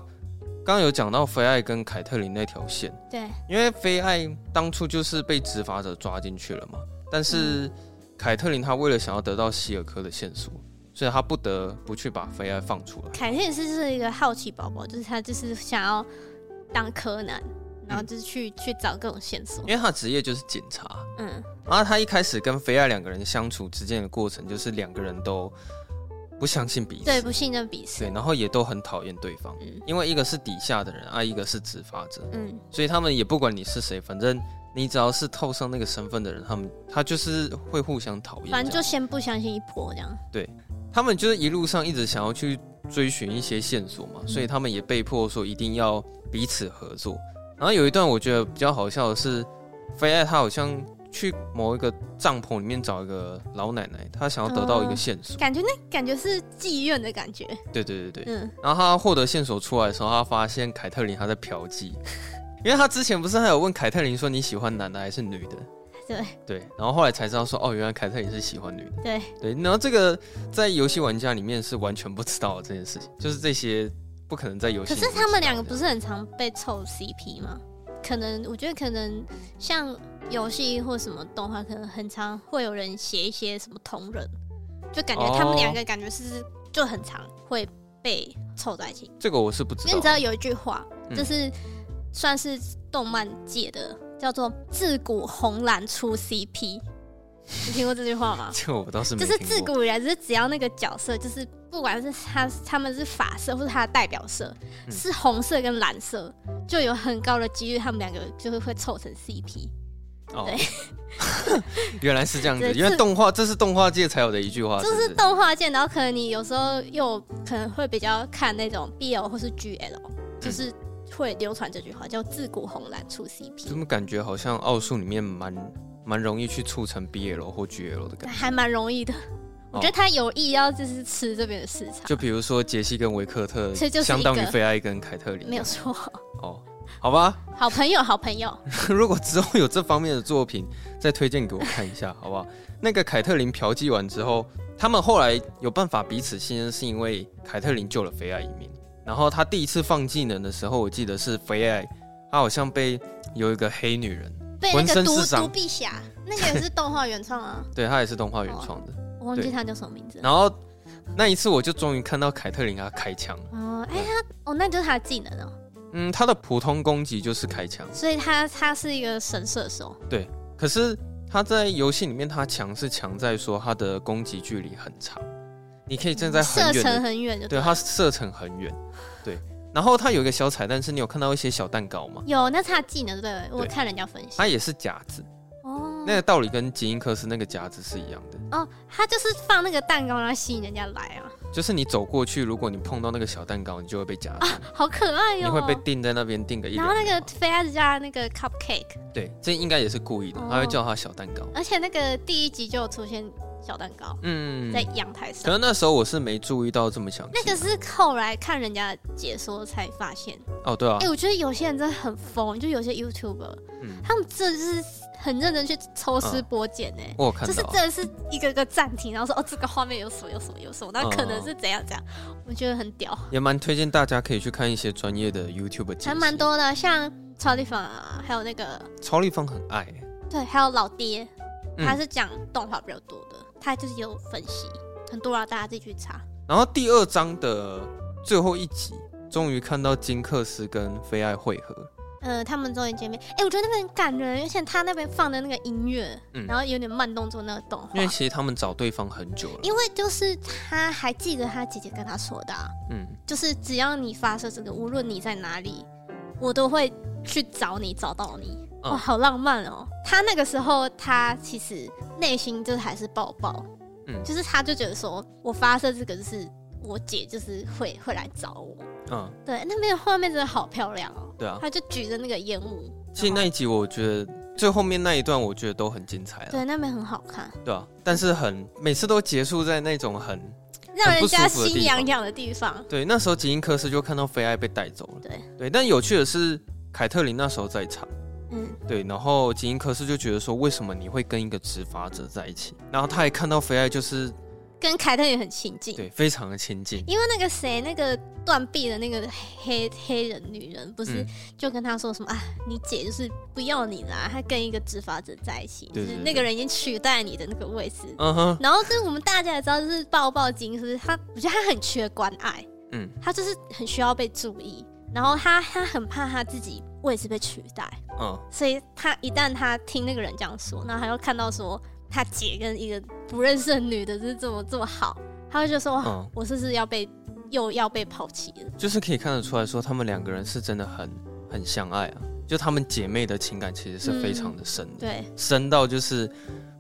刚刚有讲到菲艾跟凯特琳那条线，
对，
因为菲艾当初就是被执法者抓进去了嘛，但是凯特琳她为了想要得到希尔科的线索，所以她不得不去把菲艾放出来。
凯特也是是一个好奇宝宝，就是他就是想要当柯南，然后就是去、去找各种线索。
因为她的职业就是警察，
嗯
然后她一开始跟菲艾两个人相处之间的过程，就是两个人都不相信彼此，
对，不信任彼此
对。然后也都很讨厌对方，
嗯
因为一个是底下的人，啊，一个是执法者，
嗯，
所以他们也不管你是谁，反正你只要是套上那个身份的人，他们他就是会互相讨厌这样。
反正就先不相信一波这样。
他们就是一路上一直想要去追寻一些线索
嗯
嘛，所以他们也被迫说一定要彼此合作。然后有一段我觉得比较好笑的是，菲艾他好像去某一个帐篷里面找一个老奶奶，她想要得
哦
到一个线索。
感觉那感觉是妓院的感觉。
对对对对。
嗯，
然后他获得线索出来的时候，他发现凯特琳她在 嫖妓，因为他之前不是还有问凯特琳说你喜欢男的还是女的？
对
对，然后后来才知道说哦，原来凯特琳是喜欢女的。
对。
对，然后这个在游戏玩家里面是完全不知道的这件事情，就是这些不可能在游戏
可
里面知
是
道的。
他们两个不是很常被凑 CP 吗？可能我觉得可能像游戏或什么动画，可能很常会有人写一些什么同人，就感觉他们
哦
两个感觉是就很常会被凑在一起。
这个我是不知
因为你知
道。
道有一句话，
嗯
就是算是动漫界的叫做“自古红蓝出 CP”，你听过这句话 吗？
这个我倒是没
就
听过。
是自古以来，就是只要那个角色，就是不管是他他们是法色或是他的代表色，
嗯
是红色跟蓝色，就有很高的几率他们两个就是会凑成 CP。
哦
对，
原来是这样子
对，
原来
自
动画这是动画界才有的一句话，
就是是
不哦是
动画界，然后可能你有时候又可能会比较看那种 BL 或是 GL，就是
嗯
会流传这句话叫“自古红蓝出 CP”，
怎么感觉好像奥数里面蛮蛮容易去促成 BL 或 GL 的感觉。
还蛮容易的。我觉得他有意要就是吃这边的市场，
哦就比如说杰西跟维克特，
这就是一个
相当于菲艾跟凯特琳，
没有错。
哦，好吧。
好朋友，好朋友，
如果之 后有这方面的作品，再推荐给我看一下，好不好？那个凯特琳嫖妓完之后，他们后来有办法彼此信任，是因为凯特琳救了菲艾一命。然后他第一次放技能的时候，我记得是菲艾，他好像被有一个黑女人，
被
浑
那个
身
独
是伤
独臂侠，那个也是动画原创 啊，
对他也是动画原创的。
我忘记
对
他叫什么名字。
然后那一次我就终于看到凯特琳她开枪，
哦，哎、
啊
他哦，那就是他的技能哦，
嗯，她的普通攻击就是开枪，
所以他他是一个神射手，
可是她在游戏里面她强是强在说她的攻击距离很长，你可以站在很
射
远
程
的，
很远就
对，啊
了
她射程很远，对。然后她有一个小彩蛋是你有看到一些小蛋糕吗？
有，那是他的技能对不对？我
对
看人家分析
它也是夹子，
哦，
那个道理跟吉因克斯那个夹子是一样的，
哦，他就是放那个蛋糕，然后吸引人家来啊，
就是你走过去，如果你碰到那个小蛋糕，你就会被夹住，
好可爱
你
哟、
会被定在那边定个一
啊哎然
两
后
秒。
那个菲亚子家那个 cupcake，
对，这应该也是故意的
哦，
他会叫它小蛋糕。
而且那个第一集就有出现小蛋糕
嗯
在，阳台上
可，能那时候我是没注意到这么详细。
那个是后来看人家的解说才发现。
哦，对啊
哎、，我觉得有些人真的很疯，就有些 YouTuber，
嗯，
他们真的是很认真去抽丝剥茧哎。
我有看
就是
到
真，的是一个个暂停，然后说哦，这个画面有什么有什么有什么，那可能是怎样怎样，我觉得很屌，
也蛮推荐大家可以去看一些专业的 YouTube 解析
还蛮。多的，像超立方啊，还有那个
超立方很爱欸，
对，还有老爹，
嗯
他是讲动画比较多的，他就是有分析很多啊，大家自己去查。
嗯然后第二章的最后一集，终于看到金克斯跟菲爱会合。
呃，他们终于见面，哎、我觉得那个很感人，而且他那边放的那个音乐，
嗯
然后有点慢动作那个动画
因为，其实他们找对方很久了，
因为就是他还记得他姐姐跟他说的啊、
嗯，
就是只要你发射这个，无论你在哪里，我都会去找你，找到你。
嗯
哇，好浪漫哦！他那个时候，他其实内心就是还是抱抱，
嗯
就是他就觉得说我发射这个就是我姐就是会会来找我。
嗯，
对，那边的画面真的好漂亮哦，
对啊。
他就举着那个烟雾，
其实那一集我觉得最后面那一段，我觉得都很精彩了，
对，那边很好看，
对啊。但是很每次都结束在那种很
让人家
很不舒服的地
心
方
痒痒的地方。
对，那时候吉因科斯就看到菲艾被带走了。
对
对，但有趣的是，凯特琳那时候在场。
嗯，
对，然后吉因科斯就觉得说，为什么你会跟一个执法者在一起？然后他也看到菲艾就是
跟凯特也很亲近。
对非常的亲近，
因为那个谁，那个断臂的那个黑黑人女人，不是
嗯
就跟他说什么、啊？你姐就是不要你啦，她跟一个执法者在一起，就
对
是
对
那
对
个人已经取代你的那个位置。
嗯哼，
然后就是我们大家也知道，就是抱抱金是他，我觉得他很缺关爱，
嗯，
他就是很需要被注意，然后他他很怕他自己位置被取代，
嗯，
所以他一旦他听那个人这样说，然后他又看到说他姐跟一个不认识的女的就是这么这么好，他会就说哇，
嗯
我是不是要被又要被抛弃了？
就是可以看得出来说，他们两个人是真的很很相爱啊，就她们姐妹的情感其实是非常的深的，
对，
深到就是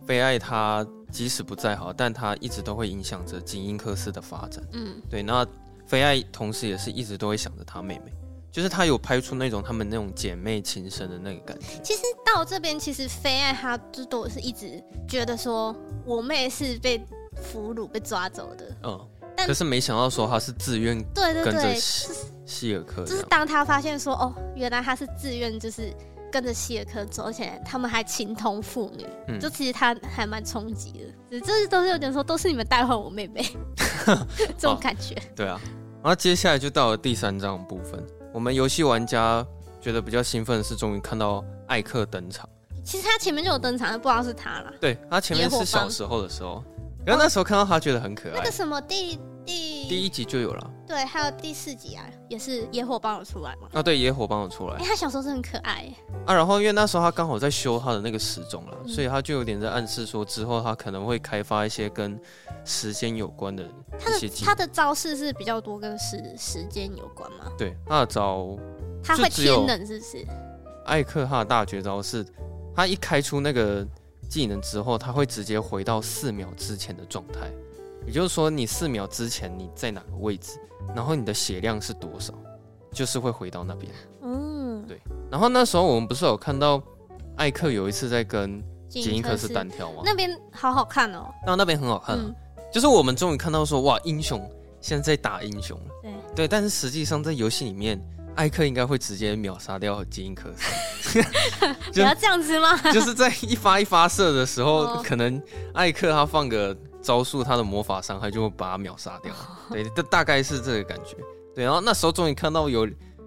菲艾她即使不再好，但她一直都会影响着吉因科斯的发展。
嗯，
对，那菲爱同时也是一直都会想着她妹妹，就是她有拍出那种她们那种姐妹情深的那个感觉。
其实到这边，其实菲爱她就都是一直觉得说我妹是被俘虏、被抓走的，
嗯，
但
可是没想到说她是自愿
对对
跟着
对，
希希尔克
就
这
是
样。
当他发现说哦，原来他是自愿就是。跟着希尔科走，而且他们还情同父女，
嗯
就其实他还蛮冲击的，只这都是有点说都是你们带坏我妹 妹这种感觉。
对啊，然后接下来就到了第三章的部分，我们游戏玩家觉得比较兴奋的是，终于看到艾克登场。
其实他前面就有登场，但不知道是他啦。
对他前
野
面
火
是小
帮
时候的时候，然后那时候看到他觉得很可
那
爱
个，什么第第
第一集就有了。
对，还有第四集啊，也是野火帮我出来嘛。
啊，对，野火帮我出来
哎、他小时候是很可爱耶，
啊，然后因为那时候他刚好在修他的那个时钟了，
嗯
所以他就有点在暗示说，之后他可能会开发一些跟时间有关的
他
一些
的
技
他。的招式是比较多跟时时间有关嘛，
对，他的招
他会
就只有
天冷是不是？
艾克他的大绝招是，他一开出那个技能之后，他会直接回到四秒之前的状态，也就是说，你四秒之前你在哪个位置，然后你的血量是多少，就是会回到那边。
嗯
对，然后那时候我们不是有看到艾克有一次在跟杰
吉
因
尼
克斯
斯
单挑吗？
那边好好看哦，
那那边很好看啊、
嗯，
就是我们终于看到说，哇，英雄现在在打英雄了。
对
对，但是实际上在游戏里面，艾克应该会直接秒杀掉杰因克斯。
不
就
要这样子吗？
就是在一发一发射的时候，
哦
可能艾克他放个招数、他的魔法伤害，就会把他秒杀
哦
掉。对，大大概是这个感觉。对，然后那时候终于看到有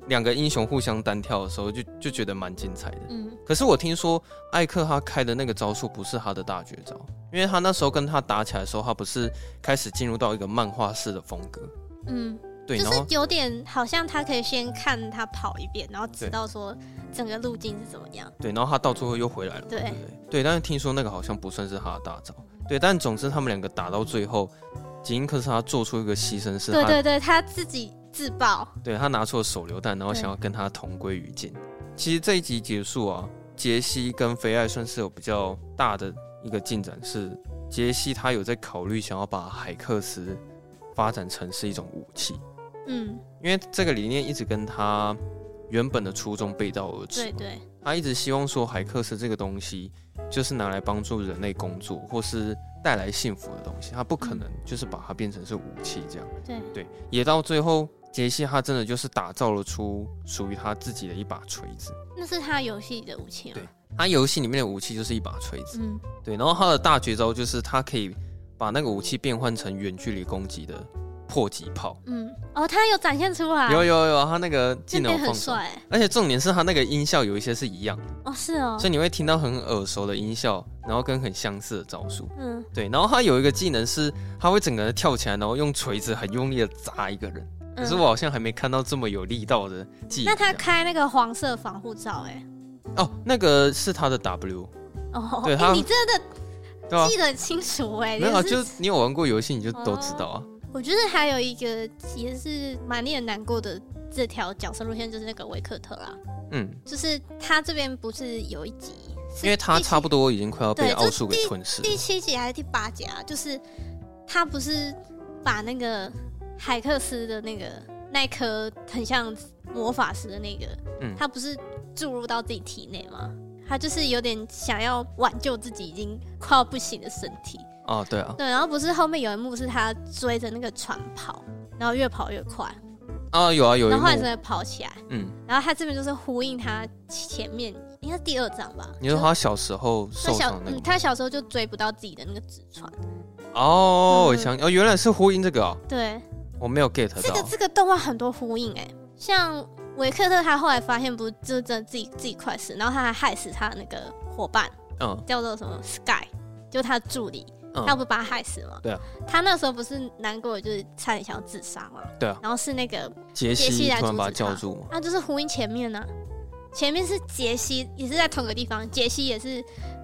两个英雄互相单挑的时候，就就觉得蛮精彩的。
嗯，
可是我听说艾克他开的那个招数不是他的大绝招，因为他那时候跟他打起来的时候，他不是开始进入到一个漫画式的风格。
嗯，
对，
就
然
是
后
有点好像他可以先看他跑一遍，然后知
对
道说整个路径是怎么样。
对，然后他到最后又回来了嘛。
对
对不对对，但是听说那个好像不算是他的大招。对，但总之他们两个打到最后，吉因克是他做出一个牺牲，是他
对对对，他自己自爆。
对他拿出了手榴弹，然后
对
想要跟他同归于尽。其实这一集结束啊，杰西跟菲艾算是有比较大的一个进展，是杰西他有在考虑想要把海克斯发展成是一种武器，
嗯，
因为这个理念一直跟他原本的初衷背道而驰。
对对，
他一直希望说海克斯这个东西就是拿来帮助人类工作或是带来幸福的东西，他不可能
嗯
就是把它变成是武器这样。
对
对，也到最后，杰西他真的就是打造了出属于他自己的一把锤子。
那是他游戏里的武器嘛
对。他游戏里面的武器就是一把锤子，
嗯，
对。然后他的大绝招就是他可以把那个武器变换成远距离攻击的迫击炮。
嗯，哦，他有展现出来，
有有有，他那个技
啊那
能
边
有
很
放出来，
帅欸。
而且重点是他那个音效有一些是一样的，
哦，是哦
所，以你会听到很耳熟的音效，然后跟很相似的招数。
嗯，
对，然后他有一个技能是，他会整个人跳起来，然后用锤子很用力的砸一个人。可是
嗯
我啊好像还没看到这么有力道的技能
那
这
他
样。
开那个黄色防护罩，哎，
哦，那个是他的 W，
哦，
对
哎
他
你真的
对吧、
记得很清楚哎，
没有啊，
是哦
就是你有玩过游戏，你就都知道啊。
我觉得还有一个也是蛮令人难过的这条角色路线，就是那个维克特啦，
嗯，
就是他这边不是有一集，是
因为他
第七
差不多已经快要被
对
奥
这
数给吞噬了。
第七集还是第八集啊，就是他不是把那个海克斯的那个那一颗很像魔法石的那个，
嗯
他不是注入到自己体内吗？他就是有点想要挽救自己已经快要不行的身体，
哦，对啊，
对，然后不是后面有一幕是他追着那个船跑，然后越跑越快，
啊有啊有一
然后后来
幕
真，的跑起来，
嗯，
然后他这边就是呼应他前面，应该是第二章吧？
你说
就
他小时候
他
受
小
伤那
嗯，
个
他小时候就追不到自己的那个纸船，
哦，我
嗯
想哦，原来是呼应这个啊，
对，
我没有 get
这个
到。
这个动画很多呼应哎、像维克特他后来发现不是就是真的自己自己快死，然后他还害死他的那个伙伴
嗯
叫做什么 Sky，就他的助理，他
嗯，
不是把他害死吗？
对啊，
他那时候不是难过，就是差点想要自杀嘛。
对啊
然后是那个
杰
杰西
西
来
突然
阻
把他
止
叫
他
住嘛，
啊，就是呼应前面呢、啊前面是杰西，也是在同个地方，杰西也是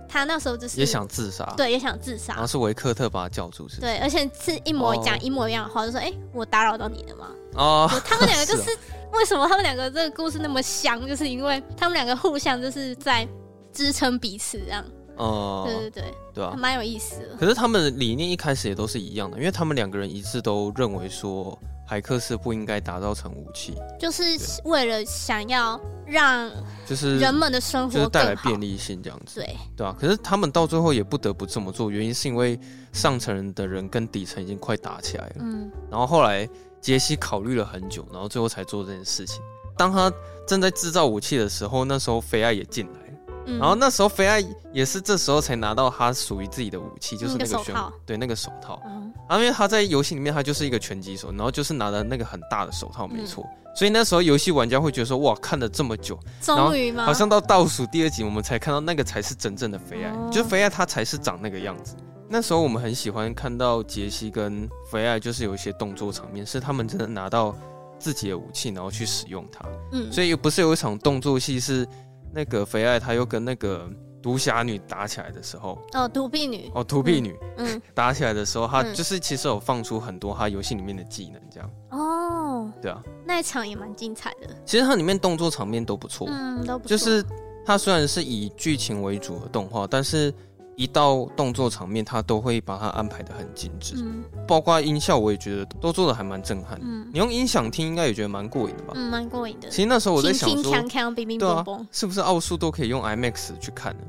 他那时候就是
也想自杀，
对也想自杀
然，后是维克特把他叫住，是不是？
对，而且是一模
哦
讲一模一样的话，就说哎、我打扰到你了吗？
哦，啊
我 他们两个就是是为什么他们两个这个故事那么香，就是因为他们两个互相就是在支撑彼此这样，
哦，
对对对，
对啊
还。蛮有意思的。
可是他们的理念一开始也都是一样的，因为他们两个人一致都认为说海克斯不应该打造成武器，
就是为了想要让
就是
人们的生
就是
活
带
更
来
好，
便利性这样子，
对，
对啊。可是他们到最后也不得不这么做，原因是因为上层人的人跟底层已经快打起来了。
嗯，
然后后来杰西考虑了很久，然后最后才做这件事情。当他正在制造武器的时候，那时候菲艾也进来了。
嗯
然后那时候菲艾也是这时候才拿到他属于自己的武器，就是
嗯
那个
一个手
旋
套
对那个手套。
嗯
啊，因为他在游戏里面他就是一个拳击手，然后就是拿了那个很大的手套，没错。
嗯
所以那时候游戏玩家会觉得说，哇，看了这么久，后
终于吗？
好像到倒数第二集我们才看到那个才是真正的肥爱，
哦
就是肥爱他才是长那个样子。那时候我们很喜欢看到杰西跟肥爱，就是有一些动作场面是他们真的拿到自己的武器，然后去使用它。
嗯，
所以不是有一场动作戏是那个肥爱他又跟那个毒侠女打起来的时候，
哦，独臂女，
哦，毒婢女。
嗯，
打起来的时候，他
嗯
就是其实有放出很多他游戏里面的技能，这样
哦，
对啊。
那一场也蛮精彩的，
其实它里面动作场面都不错，
嗯，都不错
就是它虽然是以剧情为主的动画，但是一到动作场面，它都会把它安排的很精致，
嗯
包括音效，我也觉得都做的还蛮震撼的。
嗯
你用音响听，应该也觉得蛮过瘾的吧？
嗯，蛮过瘾的。
其实那时候我在想
轻轻
说，
锵锵，冰冰
对啊
蹦蹦，
是不是奥数都可以用 IMAX 去看呢？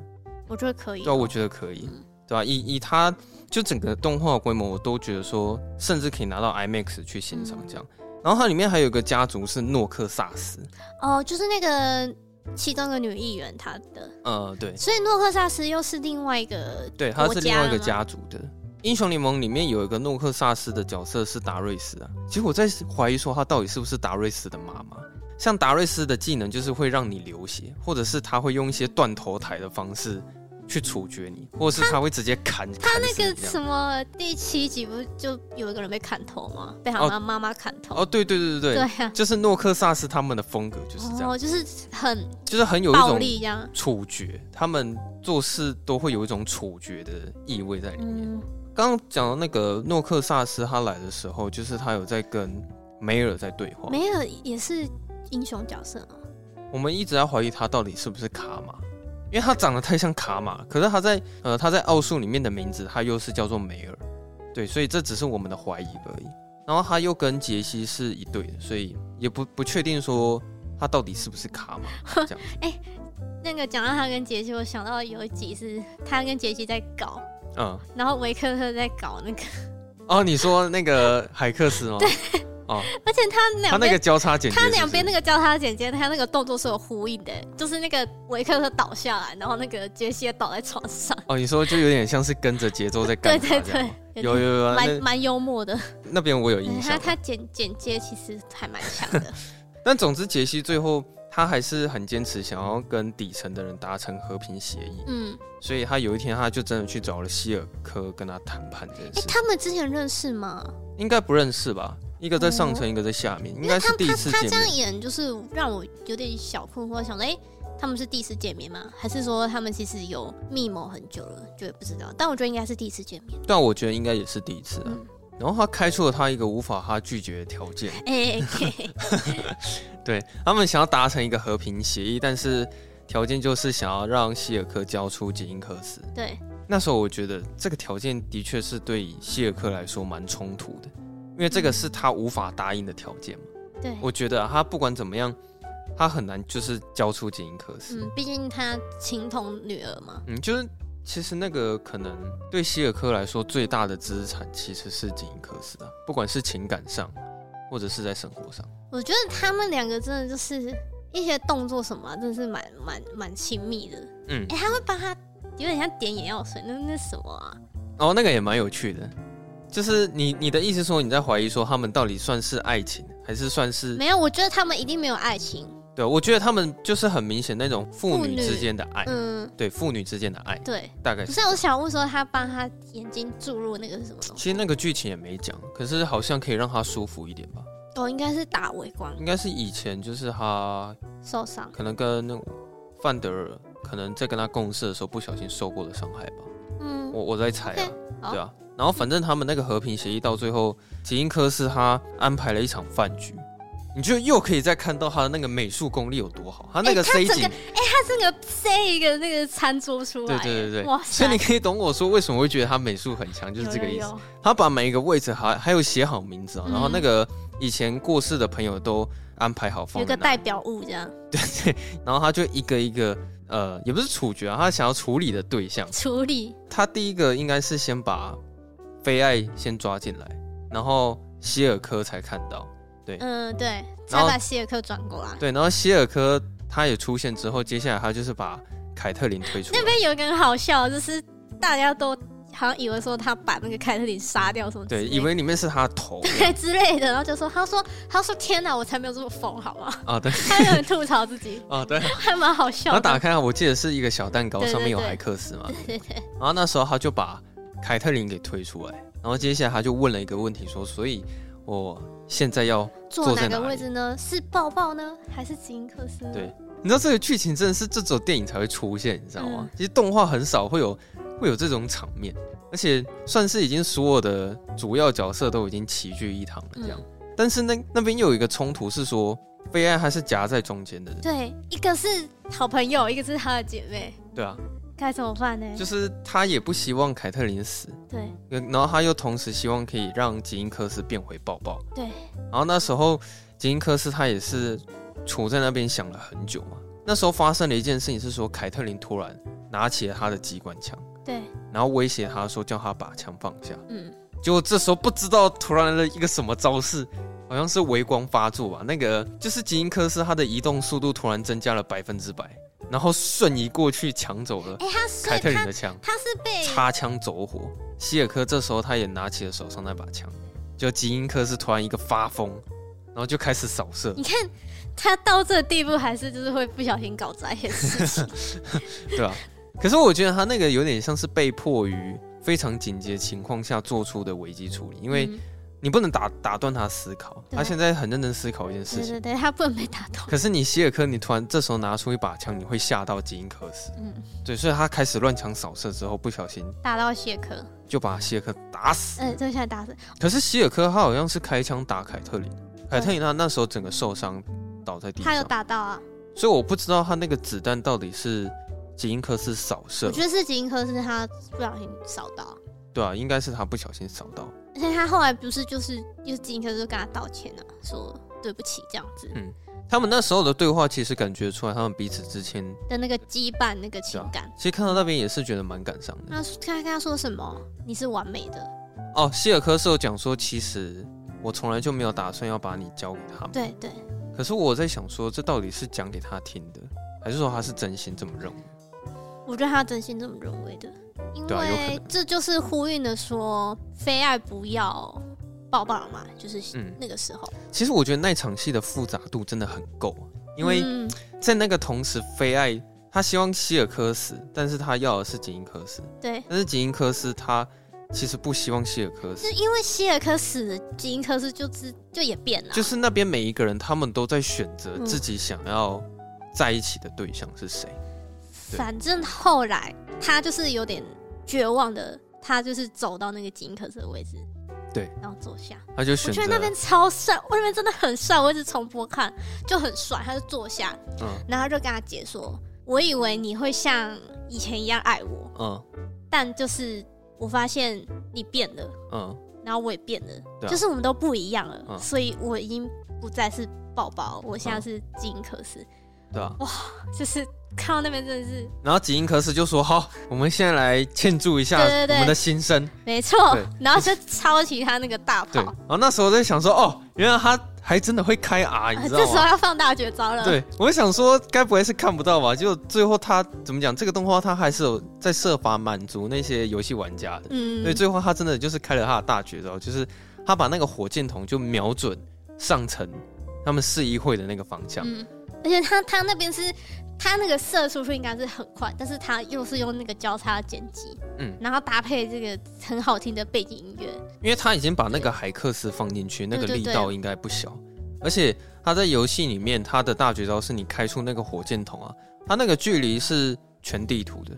我觉得可以
对啊，。我觉得可以
嗯，
对吧、以以它就整个动画规模，我都觉得说，甚至可以拿到 IMAX 去欣赏
嗯
这样。然后它里面还有一个家族是诺克萨斯，
哦，就是那个其中一个女议员她的，
呃，对
所以诺克萨斯又是另外一个
对，它
国
是
家
另外一个
吗
家族的。英雄联盟里面有一个诺克萨斯的角色是达瑞斯啊，其实我在怀疑说他到底是不是达瑞斯的妈妈。像达瑞斯的技能就是会让你流血，或者是他会用一些断头台的方式去处决你，或者是他会直接砍。
他那个
什
什么第七集不就有一个人被砍头吗？被他妈妈妈砍头。
哦，对对对对
对
对，
呀、
就是诺克萨斯他们的风格就是这样，
哦，就是很
就是很有一
暴
种
力这样。
处决，他们做事都会有一种处决的意味在里面。
嗯，
刚刚讲到那个诺克萨斯，他来的时候，就是他有在跟梅尔在对话。
梅尔也是英雄角色哦吗？
我们一直在怀疑他到底是不是卡玛，因为他长得太像卡玛，可是他在呃他在奥数里面的名字，他又是叫做梅尔，对，所以这只是我们的怀疑而已。然后他又跟杰西是一对的，所以也不不确定说他到底是不是卡玛这样。
那个讲到他跟杰西，我想到有一集是他跟杰西在搞，
嗯，
然后维克特在搞那个，
哦，你说那个海克斯吗？对，哦，
而且他
他
两
那个
边
交叉剪接是
他
不是，
两边那个交叉剪接，他那个动作是有呼应的，就是那个维克特倒下来，然后那个杰西也倒在床上。
哦，你说就有点像是跟着节奏在干
对
嘛
对
这样
对
吗。，有有有 有，
蛮
那
蛮幽默的，
那边我有印
他
象。啊
他剪剪接其实还蛮强 的。
但总之，杰西最后他还是很坚持想要跟底层的人达成和平协议，
嗯，
所以他有一天他就真的去找了希尔科跟他谈判这件
哎、
事。
他们之前认识吗？
应该不认识吧？一个在上层，一个在下面，应该
嗯
是
他
第一
他
次
他
见
这样
面。
演就是让我有点小困惑，想说，哎、他们是第一次见面吗？还是说他们其实有密谋很久了，就也不知道？但我觉得应该是第一次见面。
但我觉得应该也是第一次啊。
嗯
然后他开出了他一个无法他拒绝的条件，
哎、嘿嘿
对他们想要达成一个和平协议，但是条件就是想要让希尔科交出吉因克斯。
对，
那时候我觉得这个条件的确是对希尔克来说蛮冲突的，因为这个是他无法答应的条件嘛。
对，
我觉得啊他不管怎么样，他很难就是交出基因克斯。
嗯，毕竟他情同女儿嘛，
嗯，就是其实那个可能对希尔克来说最大的资产其实是基因克斯啊，不管是情感上或者是在生活上。
我觉得他们两个真的就是一些动作什么啊、真的是蛮蛮蛮亲密的。
嗯，
哎、他会帮他，有点像点眼药水，那那什么啊？
哦，那个也蛮有趣的，就是你你的意思说你在怀疑说他们到底算是爱情还是算是
没有，我觉得他们一定没有爱情。
对，我觉得他们就是很明显那种父
父女
女之间的爱，
嗯，
对父女之间的爱，
对，
大概
不
是。
是，我想问说他帮他眼睛注入那个什么东西。
其实那个剧情也没讲，可是好像可以让他舒服一点吧。
哦，应该是打围光
应该是以前就是他
受伤，
可能跟那种范德尔可能在跟他共事的时候不小心受过的伤害吧。
嗯，
我我在猜啊
OK，好
对啊。然后反正他们那个和平协议到最后，吉因科斯他安排了一场饭局，你就又可以再看到他的那个美术功力有多好，他那
哎
个
他
C
整
景
个他这个塞一个那个餐桌出来
对
耶，
对对对
哇，
所
塞，
以你可以懂我说为什么会觉得他美术很强，就是这个意
有有。
思
有
他把每一个位置还还有写好名字、啊，
嗯
然后那个以前过世的朋友都安排好
有
放
一
在
个
那，
代表物这样
然后他就一个一个呃，也不是处决啊，他想要处理的对象，
处理，
他第一个应该是先把菲艾先抓进来，然后希尔科才看到，
嗯，对，
然
才
后
把希尔克转过来。
对，然后希尔科他也出现之后，接下来他就是把凯特琳推出来
那，边有一个很好笑，就是大家都好像以为说他把那个凯特琳杀掉什么之类
对，
的，
以为里面是他的头
对之类的，然后就说他说他说天哪，我才没有这么疯好吗？
啊，对
他就很吐槽自 己，
啊，对。
还蛮好笑
然后
的。
打开啊，我记得是一个小蛋糕，
对对
上面有
对
海克斯嘛。
对对，
然后那时候他就把凯特琳给推出来，然后接下来他就问了一个问题说，所以我现在要
坐
坐在
哪个
哪里
位置呢？是抱抱呢，还是吉因克斯呢？
对，你知道这个剧情真的是这种电影才会出现，你知道吗？其实动画很少会有会有这种场面，而且算是已经所有的主要角色都已经齐聚一堂了这样。但是那那边又有一个冲突是说，菲艾他是夹在中间的人，
对，一个是好朋友，一个是她的姐妹，
对啊，
该怎么办呢？
就是他也不希望凯特琳死，
对
然后他又同时希望可以让吉因科斯变回抱抱。
对，
然后那时候吉因科斯他也是处在那边想了很久嘛。那时候发生了一件事情是说，凯特琳突然拿起了他的机关枪，
对，
然后威胁他说叫他把枪放下。
嗯，
结果这时候不知道突然的一个什么招式，好像是微光发作吧。那个就是吉因科斯他的移动速度突然增加了百分之百，然后瞬移过去抢走了
哎、他所
凯
以
特琳
他
的枪，
他是被
擦枪走火。希尔科这时候他也拿起了手上那把枪，就吉因克是突然一个发疯，然后就开始扫射
你，看他到这地步，还是就是会不小心搞砸一些事情。
对吧、可是我觉得他那个有点像是被迫于非常紧急的情况下做出的危机处理，因为
嗯
你不能打打断他思考，
对啊
他现在很认真思考一件事
对
情
对。对，他不能被打动。
可是你希尔科，你突然这时候拿出一把枪，你会吓到吉因克斯。
嗯，
对，所以他开始乱枪扫射之后，不小心
打到谢克，
就把希尔科打死。
嗯、这下打死。
可是希尔科他好像是开枪打凯特琳，凯特琳她那时候整个受伤倒在地
他有
上，
打到啊，
所以我不知道他那个子弹到底是吉因克斯扫
我
射
觉，得是吉因科是他不小心扫到，
对啊，应该是他不小心扫到。
而且他后来不是就是就是吉因科就跟他道歉了、说对不起这样子
嗯他们那时候的对话其实感觉出来，他们彼此之间
的那个羁绊那个情感。
其实看到那边也是觉得蛮感伤的。
那他跟他说什么？你是完美的，
哦，希尔科是有讲说，其实我从来就没有打算要把你交给他们。
对对，
可是我在想说，这到底是讲给他听的，还是说他是真心这么认为？
我觉得他真心这么认为的，因
对啊有可
为
能
这就是呼应的说非爱不要抱抱嘛，就是
嗯
那个时候，
其实我觉得那场戏的复杂度真的很够啊，因为
嗯
在那个同时，菲爱他希望希尔科死，但是他要的是吉因科斯，
对，
但是吉因科斯他其实不希望希尔科
就
斯，
是因为希尔克死了，基因科斯就是就也变了，啊
就是那边每一个人他们都在选择
嗯
自己想要在一起的对象是谁。对
反正后来他就是有点绝望的，他就是走到那个基因科斯的位置，
对，
然后坐下。
他就
我
选
觉
择
得那边超帅，我那边真的很帅，我一直重播看就很帅。他就坐下，
嗯
然后他就跟他姐说：“我以为你会像以前一样爱我，
嗯
但就是我发现你变了，
嗯
然后我也变了，
对啊
就是我们都不一样了，
嗯
所以我已经不再是宝宝，我现在是基因科斯。
对啊，
就是看到那边真的是
然后吉因科斯就说：“好，我们现在来庆祝一下
对对对
我们的新生。
没错
对，
然后就抄起他那个大啊
对，
炮，
然后那时候我在想说，哦，原来他还真的会开 R，你
啊
知
这
道
时候
吗？
要放大绝招了。
对，我想说，该不会是看不到吧？就最后他怎么讲？这个动画他还是有在设法满足那些游戏玩家的。
嗯，
所以最后他真的就是开了他的大绝招，就是他把那个火箭筒就瞄准上层他们市议会的那个方向。
嗯，而且他他那边是他那个射出去应该是很快，但是他又是用那个交叉剪辑，
嗯
然后搭配这个很好听的背景音乐，
因为他已经把那个海克斯放进去，那个
对
力
对对
道应该不小。而且他在游戏里面，他的大绝招是你开出那个火箭筒啊，他那个距离是全地图的，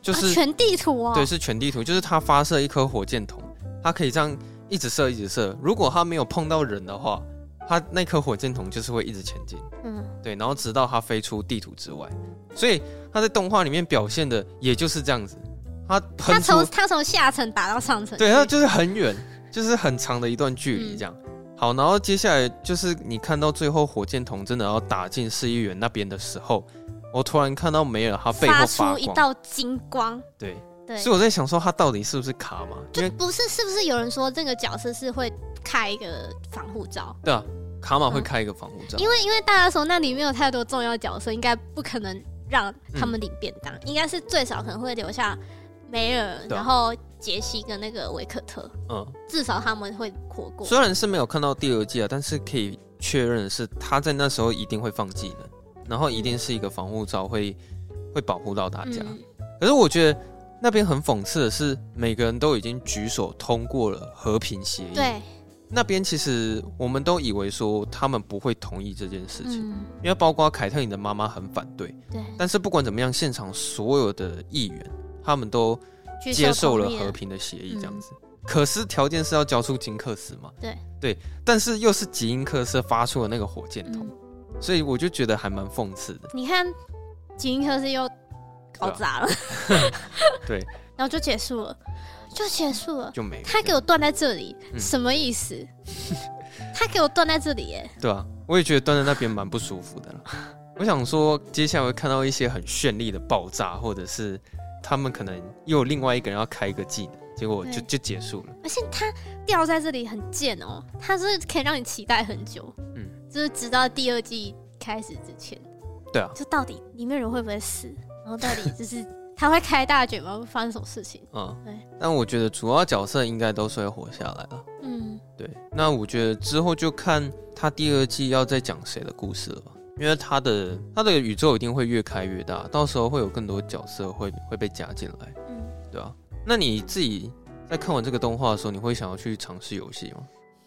就是、
啊、全地图哦，
对，是全地图，就是他发射一颗火箭筒，他可以这样一直射一直射。如果他没有碰到人的话，他那颗火箭筒就是会一直前进，
嗯，
对，然后直到它飞出地图之外。所以他在动画里面表现的也就是这样子，他
他
喷出
从他从下层打到上层，
对，它就是很远，就是很长的一段距
嗯
离这样。好，然后接下来就是你看到最后火箭筒真的要打进市议员那边的时候，我突然看到梅尔他背后
发
发
出一
光，
道金光，
对，
对，
所以我在想说他到底是不是卡嘛？因
就
为
不是是不是有人说这个角色是会开一个防护罩？
对啊，卡玛会
嗯
开一个防护罩，
因为因为大家说那里面有太多重要角色，应该不可能让他们领便当，应该是最少可能会留下梅尔，
嗯对啊
然后杰西跟那个维克特，
嗯，
至少他们会活过。
虽然是没有看到第二季啊，但是可以确认的是他在那时候一定会放技能，然后一定是一个防护罩会会保护到大家。
嗯，
可是我觉得那边很讽刺的是，每个人都已经举手通过了和平协议。，
对，
那边其实我们都以为说他们不会同意这件事情，
嗯，
因为包括凯特琳的妈妈很反对。
对，
但是不管怎么样，现场所有的议员他们都
举手
接受了
同意嗯
和平的协议，这样子。可是条件是要交出金克斯嘛？
对
对，但是又是吉因克斯发出的那个火箭筒，
嗯，
所以我就觉得还蛮讽刺的。
你看吉英科是又搞砸了，
对，
然后就结束了，就结束了。
就没了
他给我断在这里，
嗯
什么意思？他给我断在这里耶，
对啊，我也觉得端在那边蛮不舒服的啦。我想说，接下来会看到一些很绚丽的爆炸，或者是他们可能又有另外一个人要开一个技能，结果就
对
就结束了。
而且他掉在这里很贱哦，他是可以让你期待很久，
嗯
嗯，就是直到第二季开始之前，
对啊，
就到底里面人会不会死，然后到底就是 他会开大卷吗？会发生什么事情？对
嗯，但我觉得主要角色应该都是会活下来了。
嗯，
对，那我觉得之后就看他第二季要再讲谁的故事了吧，因为他的他的宇宙一定会越开越大，到时候会有更多角色会会被加进来，
嗯，
对啊，那你自己在看完这个动画的时候，你会想要去尝试游戏吗？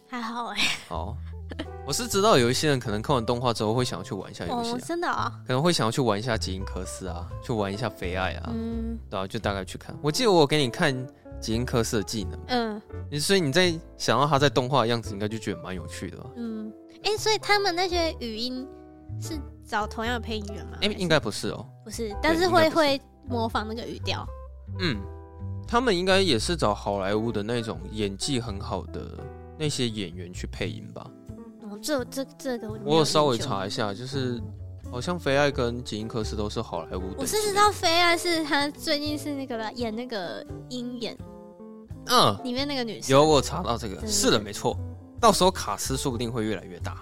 还好哎、
好， 我是知道有一些人可能看完动画之后会想要去玩一下游戏、
哦，
啊，
真的啊、
可能会想要去玩一下吉因科斯啊，去玩一下肥爱啊，
嗯
对啊，就大概去看。我记得我有给你看吉因科斯的技能，
嗯
所以你在想到他在动画的样子，应该就觉得蛮有趣的吧？
嗯，哎、所以他们那些语音是找同样的配音员吗？
哎、
还是
应该不是哦。
不是，但是
应该
会
不是
会模仿那个语调。
嗯，他们应该也是找好莱坞的那种演技很好的那些演员去配音吧。
哦，这这这个我没
我有稍微
研究
查一下，就是好像菲艾跟吉因克斯都是好莱坞。
我是知，道菲爱是她最近是那个啦演那个鹰眼
嗯，
里面那个女生，
有我查到这个，
对
是的，没错。到时候卡斯说不定会越来越大，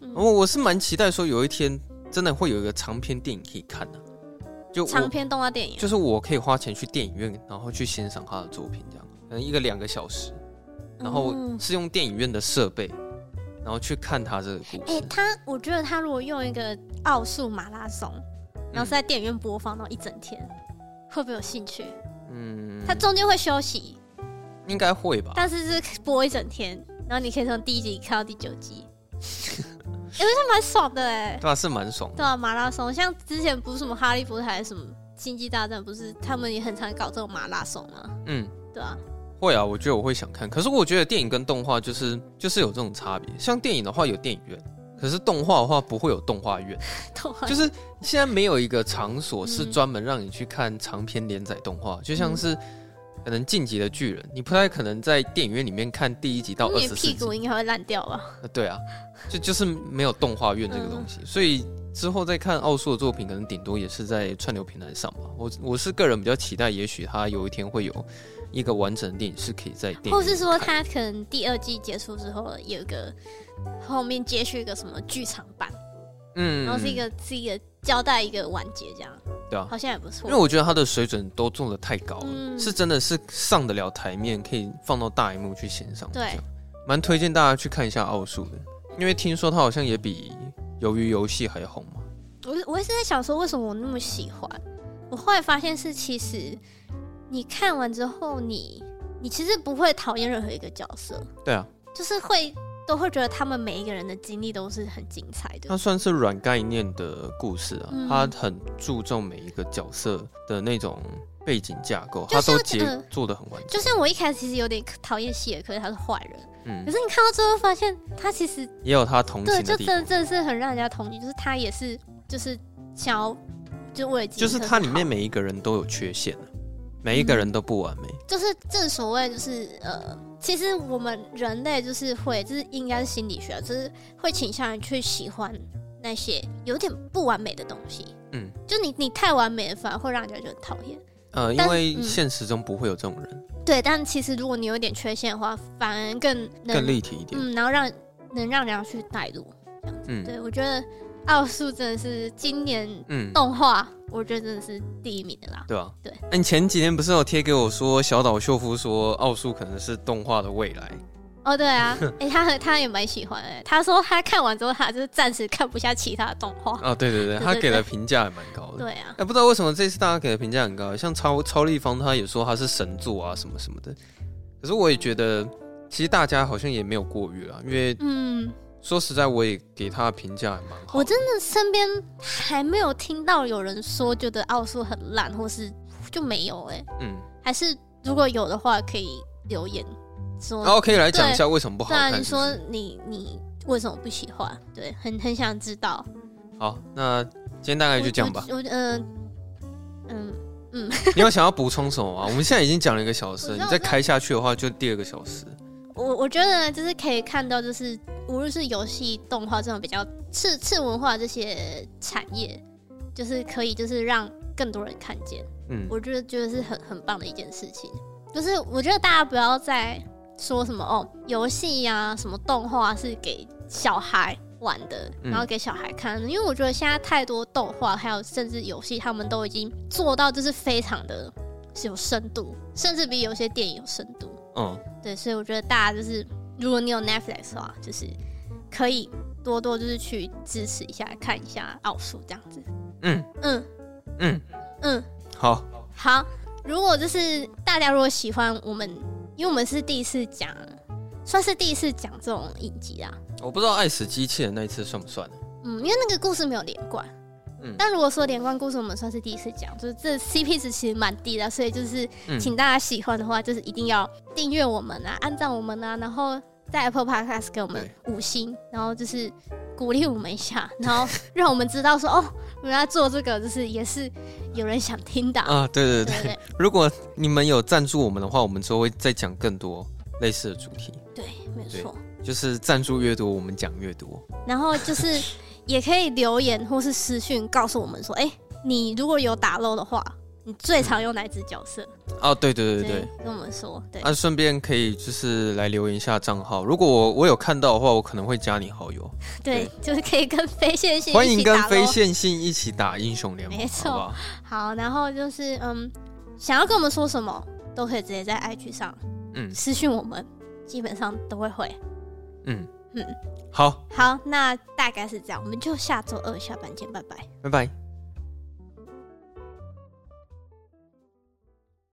嗯
我我是蛮期待说有一天真的会有一个长篇电影可以看的、就我
长篇动画电影，
就是我可以花钱去电影院，然后去欣赏他的作品，这样可能一个两个小时，然后
嗯
是用电影院的设备，然后去看他这个故
哎、
事。
他我觉得他如果用一个奥数马拉松，然后是
嗯
在电影院播放到一整天，会不会有兴趣？
嗯，
他中间会休息，
应该会吧？
但是是播一整天，然后你可以从第一集看到第九 集，哎、我觉得蛮爽的哎、
对啊，是蛮爽的。
对啊，马拉松，像之前不是什么哈利波特还是什么星际大战，不是他们也很常搞这种马拉松吗？
嗯，
对啊，
会啊，我觉得我会想看。可是我觉得电影跟动画就是就是有这种差别。像电影的话有电影院，可是动画的话不会有 动画院，
动画
就是现在没有一个场所是
嗯
专门让你去看长篇连载动画，就像是。可能《晋级的巨人》，你不太可能在电影院里面看第一集到二
你
十
的
四
屁
集
股，应该会烂掉吧？
呃，对啊，就就是没有动画院这个东
嗯
西，所以之后再看奥数的作品，可能顶多也是在串流平台上吧。我我是个人比较期待，也许他有一天会有一个完整的电影是可以在电影，
或是说，他可能第二季结束之后有一个后面接续一个什么剧场版，
嗯
然后是一个是一个交代一个完结这样，
对啊
好，像也不
因
错
为。我觉得他的水准都做的太高了，
嗯
是真的是上得了台面，可以放到大荧幕去欣赏，
对
这样，蛮推荐大家去看一下奥数的，因为听说他好像也比《鱿鱼游戏》还红嘛。
我我一直在想说，为什么我那么喜欢？我后来发现是，其实你看完之后你，你其实不会讨厌任何一个角色，
对啊，
就是会都会觉得他们每一个人的经历都是很精彩的
它。算是软概念的故事啊，
嗯
它很注重每一个角色的那种背景架构，
就
它
像
都结
嗯
做的很完整。
就像我一开始其实有点讨厌希尔克，他是坏人，可
嗯，
是你看到最后发现他其实
也有它同
对，
情
就
的地
真
方
的，真的是很让人家同情，就是他也是就是想要就为了自己
就是
更
它里面
好嗯
每一个人都有缺陷啊每一个人都不完美。
就是正所谓就是呃，其实我们人类就是会就是应该是心理学，啊就是会倾向于去喜欢那些有点不完美的东西。
嗯，
就你你太完美了，反而会让人家觉得很讨厌。
呃，因
但
为
嗯
现实中不会有这种人，
对，但其实如果你有点缺陷的话，反而更能
更立体一点。
嗯，然后让能让人家去带入。
嗯
对我觉得奥数真的是今年
嗯，
动画，我觉得真的是第一名的啦。
对啊，
哦对
哎你前几天不是有贴给我说小岛秀夫说奥数可能是动画的未来？
哦，对 啊，哎、他很他也蛮喜欢哎、他说他看完之后，他就是暂时看不下其他动画。
啊，对对对，
哦对
他
对
给的
对
评价也蛮高的。
对啊
哎、，不知道为什么这次大家给的评价很高，像超超立方他也说他是神作啊什么什么的，可是我也觉得其实大家好像也没有过誉啦，因为
嗯，
说实在我也给他的评价也蛮好。
我真的身边还没有听到有人说觉得奥数很烂，或是就没有哎、
嗯，
还是如果有的话，可以留言说。
然后可以来讲一
对
下为什么不哦好
对啊，
看。
你
是不
说
是
你你为什么不喜欢？对，很很想知道。
好，那今天大概就这样吧。
我嗯嗯，
你有想要补充什么吗？啊我们现在已经讲了一个小时，
我知
你
道
再开下去的话就第二个小时。
我我觉得就是可以看到，就是无论是游戏、动画这种比较次次文化这些产业，就是可以就是让更多人看见，
嗯，
我觉得觉得是很很棒的一件事情。就是我觉得大家不啊要再说什么哦，游戏呀、什么动画是给小孩，玩的，
嗯
然后给小孩看。因为我觉得现在太多动画还有甚至游戏，他们都已经做到就是非常的有深度，甚至比有些电影有深度。
嗯，
对，所以我觉得大家就是，如果你有 Netflix 的话，就是可以多多就是去支持一下，看一下奥数这样子。
嗯
嗯
嗯，
嗯，
好，
好。如果就是大家如果喜欢我们，因为我们是第一次讲，算是第一次讲这种影集啊。
我不知道爱死机器人那一次算不算？啊
嗯，因为那个故事没有连贯。
嗯
但如果说连贯故事，我们算是第一次讲，就是这 CP 值其实蛮低的，所以就是
嗯
请大家喜欢的话，就是一定要订阅我们啊，按赞我们啊，然后在 Apple Podcast 给我们五星，然后就是鼓励我们一下，然后让我们知道说哦，原来做这个就是也是有人想听的啊，
啊，对对
对
对，
不对？
如果你们有赞助我们的话，我们之后会再讲更多类似的主题，
对，没
对
错。
就是赞助越多，我们讲越多。
然后就是也可以留言或是私讯告诉我们说，哎、你如果有打漏的话，你最常用哪一只角色？
哦，对对啊对对，，
跟我们说，对，
那、顺便可以就是来留言一下账号，如果我我有看到的话，我可能会加你好友。
对，就是可以跟非线性
欢
一
迎
起
跟
打咯
非线性一起打英雄联盟，
没错
好不好
好，然后就是嗯，想要跟我们说什么，都可以直接在 IG 上
嗯
私讯我们，基本上都会回。
嗯
嗯
嗯，好，
好，那大概是这样，我们就下周二下班见，拜拜。
拜拜。